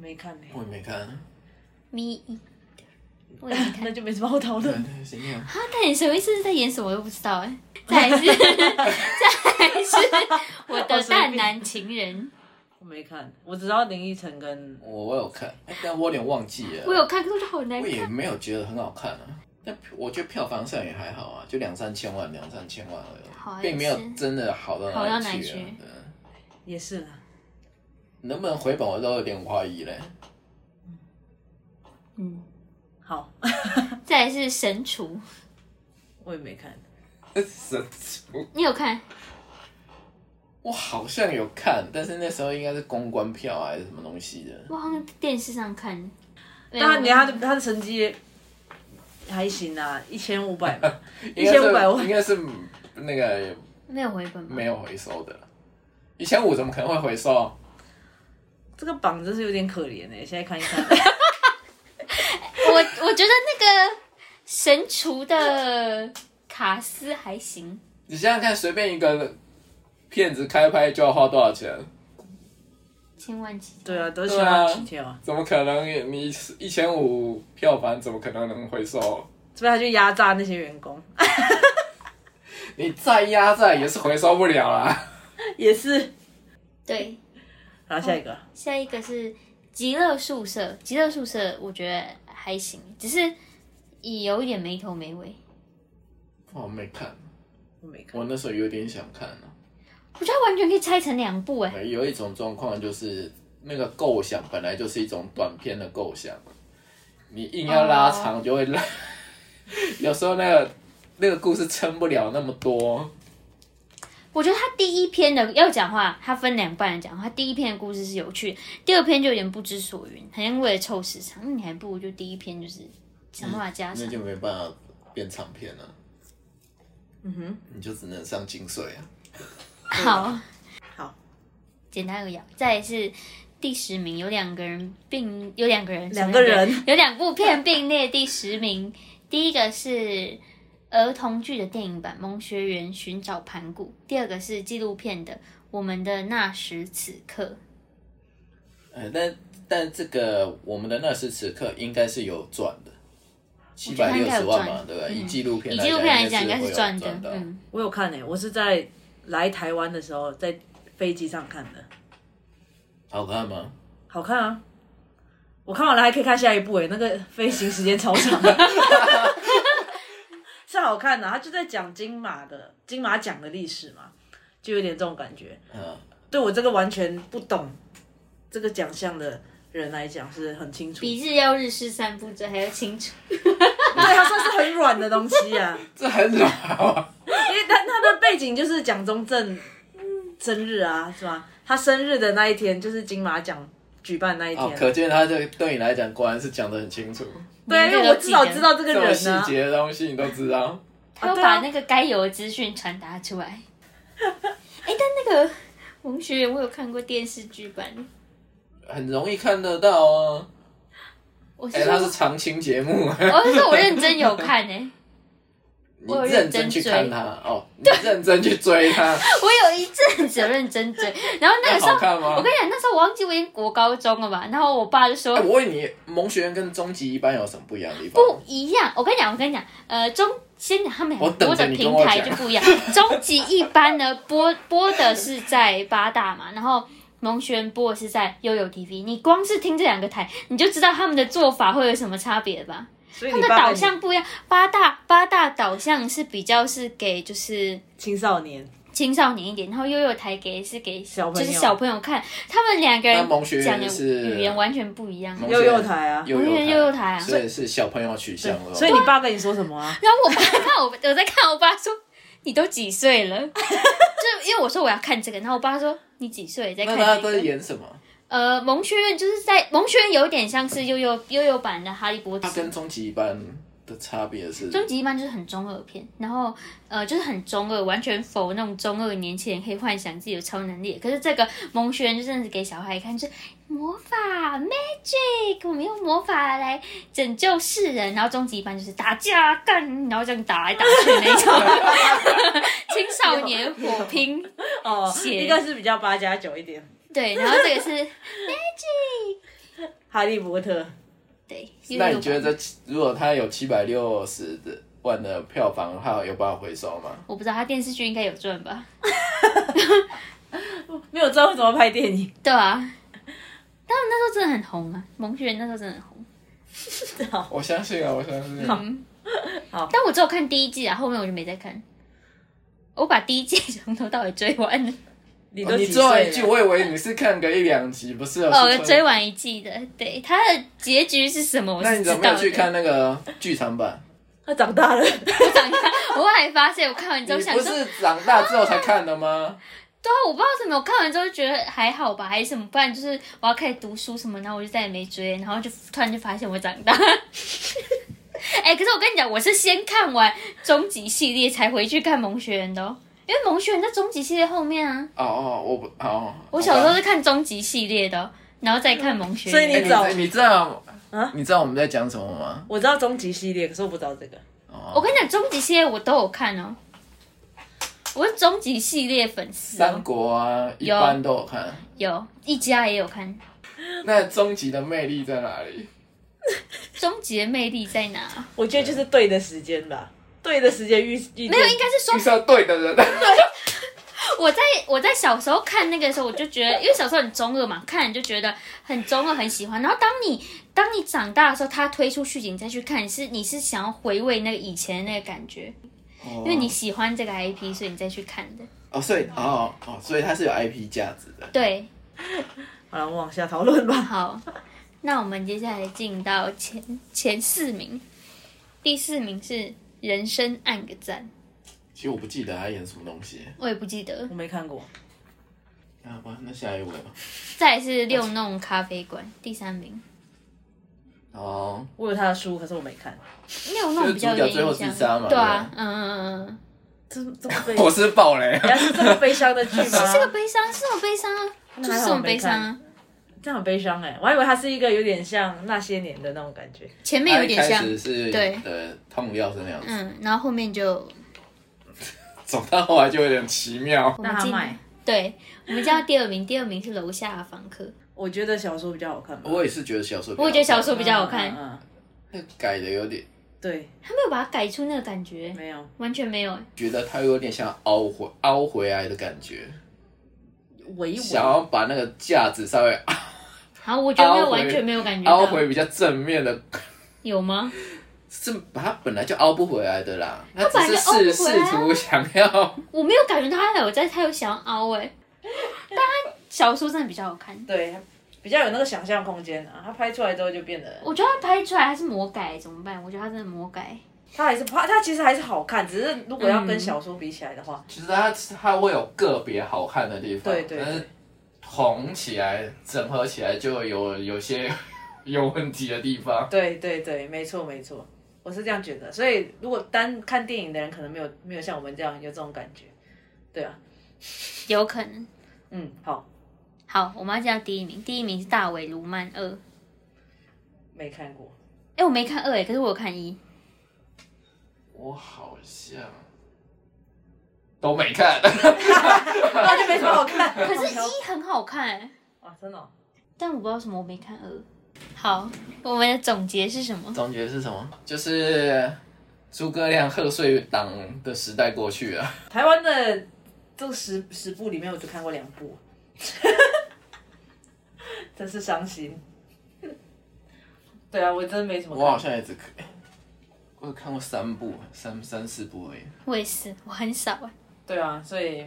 没看呢、
我也没看，
咪一，我也没看。
那就没什么好讨论。
谁念啊？
他大显神威是在演什么我都不知道哎、再来是，再来是我的淡男情人，
我没看，我只知道林依晨跟
我我有看，哎但我有点忘记了。
我有看，可是我觉得好难
我也
看。
没有觉得很好看啊。但我觉得票房上也还好啊，就两三千万，两三千万
好啊
而
也
已，并没有
是
真的好到
好到
哪
哪
里
里
去、啊。
去
嗯
也是啦，
能不能回本我都有点怀疑嘞。
嗯，
好，
再来是神厨，
我也没看。
神厨，
你有看？
我好像有看，但是那时候应该是公关票还是什么东西的。
我好像在电视上看。没有
但你看他的他的成绩还行啊，一千五百 嘛，
应该是
1500万
应该是那个
没有回本吗？
没有回收的，一千五怎么可能会回收？
这个榜真是有点可怜哎、现在看一 看，
我我觉得那个神厨的卡斯还行，
你想想看，随便一个片子开拍就要花多少钱？
千万级。
对啊，都是
对
喜欢
啊
起跳啊。
怎么可能？你一千五票房怎么可能能回收？
所以他就压榨那些员工，
你再压榨也是回收不了啊啦。
也是。
对，
然后下一个，
下一个是极乐宿舍，极乐宿舍我觉得还行，只是也有一点没头没尾。
我哦没看，
我没看
我，那时候有点想看啊
我觉得它完全可以拆成两部哎、
有一种状况就是那个构想本来就是一种短片的构想，你硬要拉长就会拉， 有时候那个那个故事撑不了那么多。
我觉得他第一篇的要讲话，他分两半来讲话。他第一篇的故事是有趣的，第二篇就有点不知所云，好像为了凑时长。那你还不如就第一篇就是想办法加长
那。就没办法变长片了，
嗯哼，
你就只能上金穗啊。
好，
好，
简单有咬。再来是第十名，有两个人并有两个人，
两个人
什么 有两部片并列第十名。第一个是儿童剧的电影版《萌学园寻找盘古》，第二个是纪录片的《我们的那时此刻》。
呃，但但这个我们的那时此刻应该是有赚的，七百六十万嘛
我觉得他应该有赚，
对不对？以
嗯
纪录片
以纪录片来
讲，
讲，应该
是
是
会有
赚的
赚。到
嗯，
我有看诶、欸我是在来台湾的时候在飞机上看的，
好看吗？
好看啊！我看完了还可以看下一部诶、那个飞行时间超 长的，是好看的、啊。他就在讲金马的金马奖的历史嘛，就有点这种感觉。
嗯，
对我这个完全不懂这个奖项的人来讲是很清楚，
比日要日式散步这还要清楚。
对，它哎算是很软的东西啊。
这很老啊。
因为他他的背景就是蒋中正生日啊，是吧？他生日的那一天就是金马奖举办那一天
哦，，可见他这个对你来讲，果然是讲的很清楚，
对，因为我至少知道这个
这
人
么细
呢、啊。
节的东西你都知道。
他要
对啊
把那个该有的资讯传达出来。哎、但那个文学院我有看过电视剧版，
很容易看得到啊！
我是
哎、
说，
它是常青节目，
我是说我认真有看哎、
你
我有
认
认
真
真
去
追
看它哦，你认真去 追它，
我有一阵子有认真追，然后那
那
个时候
好看啊吗
我跟？你讲，那时候我忘记我已经国高中了吧，然后我爸就说
哎、我问你，《萌学院》跟《终极一班》有什么不一样的地方？
不一样。我跟你讲，我跟你讲，呃，中先讲他们
我
两
等
个播
着
的
你跟
平
我
台
讲
就不一样。 终极一班呢播播的是在八大嘛，然后蒙轩播的是在悠悠 TV。你光是听这两个台，你就知道他们的做法会有什么差别吧？
所以
他
你
们的
爸
导
爸
向不一样，八大八大导向是比较是给就是
青少年，
青少年一点，然后悠悠台给是给
小朋
就
友
是小朋友看，他们两个
那蒙学
人
园
讲的
是
语言完全不一样。
萌
幼幼台啊。
幼
我
幼
觉得幼幼台啊
所以是小朋友取向了。
所以你爸跟你说什么 啊？
然后我爸看我，我在看我爸说：“你都几岁了？” 就因为我说我要看这个，然后我爸说：“你几岁在
那
看、
他
这
都在
个？”
演什么？
呃，萌学院就是在萌学院有点像是悠悠悠悠版的哈利波特
他，跟《终极一班》的差别是，
终极一般就是很中二片，然后呃就是很中二，完全否那种中二年轻人可以幻想自己有超能力。可是这个萌学院就真的是给小孩看，就是魔法 magic，我们用魔法来拯救世人。然后终极一般就是打架干，然后这样打来打去那种， 青少年火拼。
哦，
写
一个是比较八加九一点，
对，然后这个是
哈利波特。
对。
那你觉得这如果他有七百六十万的票房，他有办法回收吗？
我不知道他电视剧应该有赚吧？
没有知道为什么拍电影，
对啊，但那时候真的很红啊，萌学园那时候真的很红。
我相信啊，我相信。
但我只有看第一季啊，后面我就没再看。我把第一季 从头到尾追完了，
你
哦
都
你
几
最后一
岁
句，
了？
我以为你是看个一两集，不是？
哦，
是
我
说
追完一季的。对，它的结局是什么？我
那
是
你
知
怎么
道
没
的。
有去看那个剧场版？
他长大了，
我长大，我后来发现，我看完
你
之后想
不
说，
是长大之后才看的吗？
对啊，我不知道为什么，我看完之后就觉得还好吧，还是什么，不然就是我要开始读书什么，然后我就再也没追，然后就突然就发现我长大。 哎、可是我跟你讲，我是先看完终极系列才回去看萌学园的哦，因为萌学园在终极系列后面啊。
哦哦，我不哦。
我小时候是看终极系列的哦、然后再看萌学园。
所以你
好
早
吧，哎你你知道
啊
你知道我们在讲什么吗？
我知道终极系列，可是我不知道这个。
我跟你讲，终极系列我都有看哦，我是终极系列粉丝
三
哦，
国啊，一
有
般都有看。
有一家也有看。
那终极的魅力在哪里？
终极的魅力在哪？
我觉得就是对的时间吧，对的时间遇遇见
没有，应该是说
遇上对的人，
我在我在小时候看那个的时候，我就觉得，因为小时候很中二嘛，看就觉得很中二，很喜欢。然后当你当你长大的时候，他推出续集，你再去看，你是你是想要回味那个以前的那个感觉，
因
因为你喜欢这个 IP，所以你再去看的。
哦，所以哦哦，所以它是有 IP 价值的。
对，
好了，我们往下讨论 吧。
好，那我们接下来进到前前四名，第四名是人生按个赞，
其实我不记得他演什么东西。
我也不记得
我。没看过，
那好吧，那下一位吧。
再来是六弄咖啡馆，第三名。
哦，
我有他的书，可是我没看。
六弄比较
就
有
是主角最后
印
自
象
杀嘛，
对啊，嗯嗯嗯嗯。
这这么悲，
我
人
是 爆雷。
家是这么悲伤的剧吗？
这个悲伤是这种悲伤啊，就是这种悲伤啊。
这样很悲伤哎、我还以为它是一个有点像那些年的那种感觉。
前面有点像
他一开，始是
对
呃痛掉是那样子，
嗯，然后后面就
走到后来就有点奇妙
我。
那
们
他
进
卖，
对，我们叫第二名，第二名是楼下的房客，
我觉得小说比较好看吧。
我也是觉得小说比较好看，
我也觉得小说比较好
嗯
看，
嗯嗯
改的有点
对，
他没有把它改出那个感觉，
没有，
完全没有欸。
觉得他有点想凹回凹回来的感觉，
围一
想
围，
要把那个架子稍微
好，我觉得
凹
他
回
完全没有感觉
凹
到，
回比较正面的，
有吗？
是把他本来就凹不回来的啦，他
本来
只
就是凹不
试
回来
试
啊
图想要
我没有感觉到他有在，他有想要凹哎、 但他小说真的比较好看，
对，比较有那个想象空间啊。他拍出来之后就变得，
我觉得他拍出来他是魔改怎么办？我觉得他真的魔改，
他还是拍，他其实还是好看，只是如果要跟小说比起来的话，
其实它它会有个别好看的地方，
对对
但是
对，
红起来整合起来就有有些 有问题的地方。
对对对，没错没错，我是这样觉得。所以如果单看电影的人，可能没有没有像我们这样有这种感觉，对啊，
有可能。
嗯，好，
好，我们要介绍第一名，第一名是《大尾卢曼二》。
没 看过，
哎、我没看二哎、可是我有看一。
我好像都没看，
那就没什么好看。
可是，一很好看、欸，
哇，真的哦、
但我不知道为什么我没看二。好，我们的总结是什么？
总结是什么？就是诸葛亮贺岁档的时代过去了，
台湾的这十十部里面，我只看过两部， 真是伤心。对啊，我真没什么看。
我好像也只看，我有看过三部，三三四部而已。
我也是，我很少哎、
对啊，所以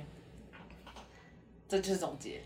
这就是总结。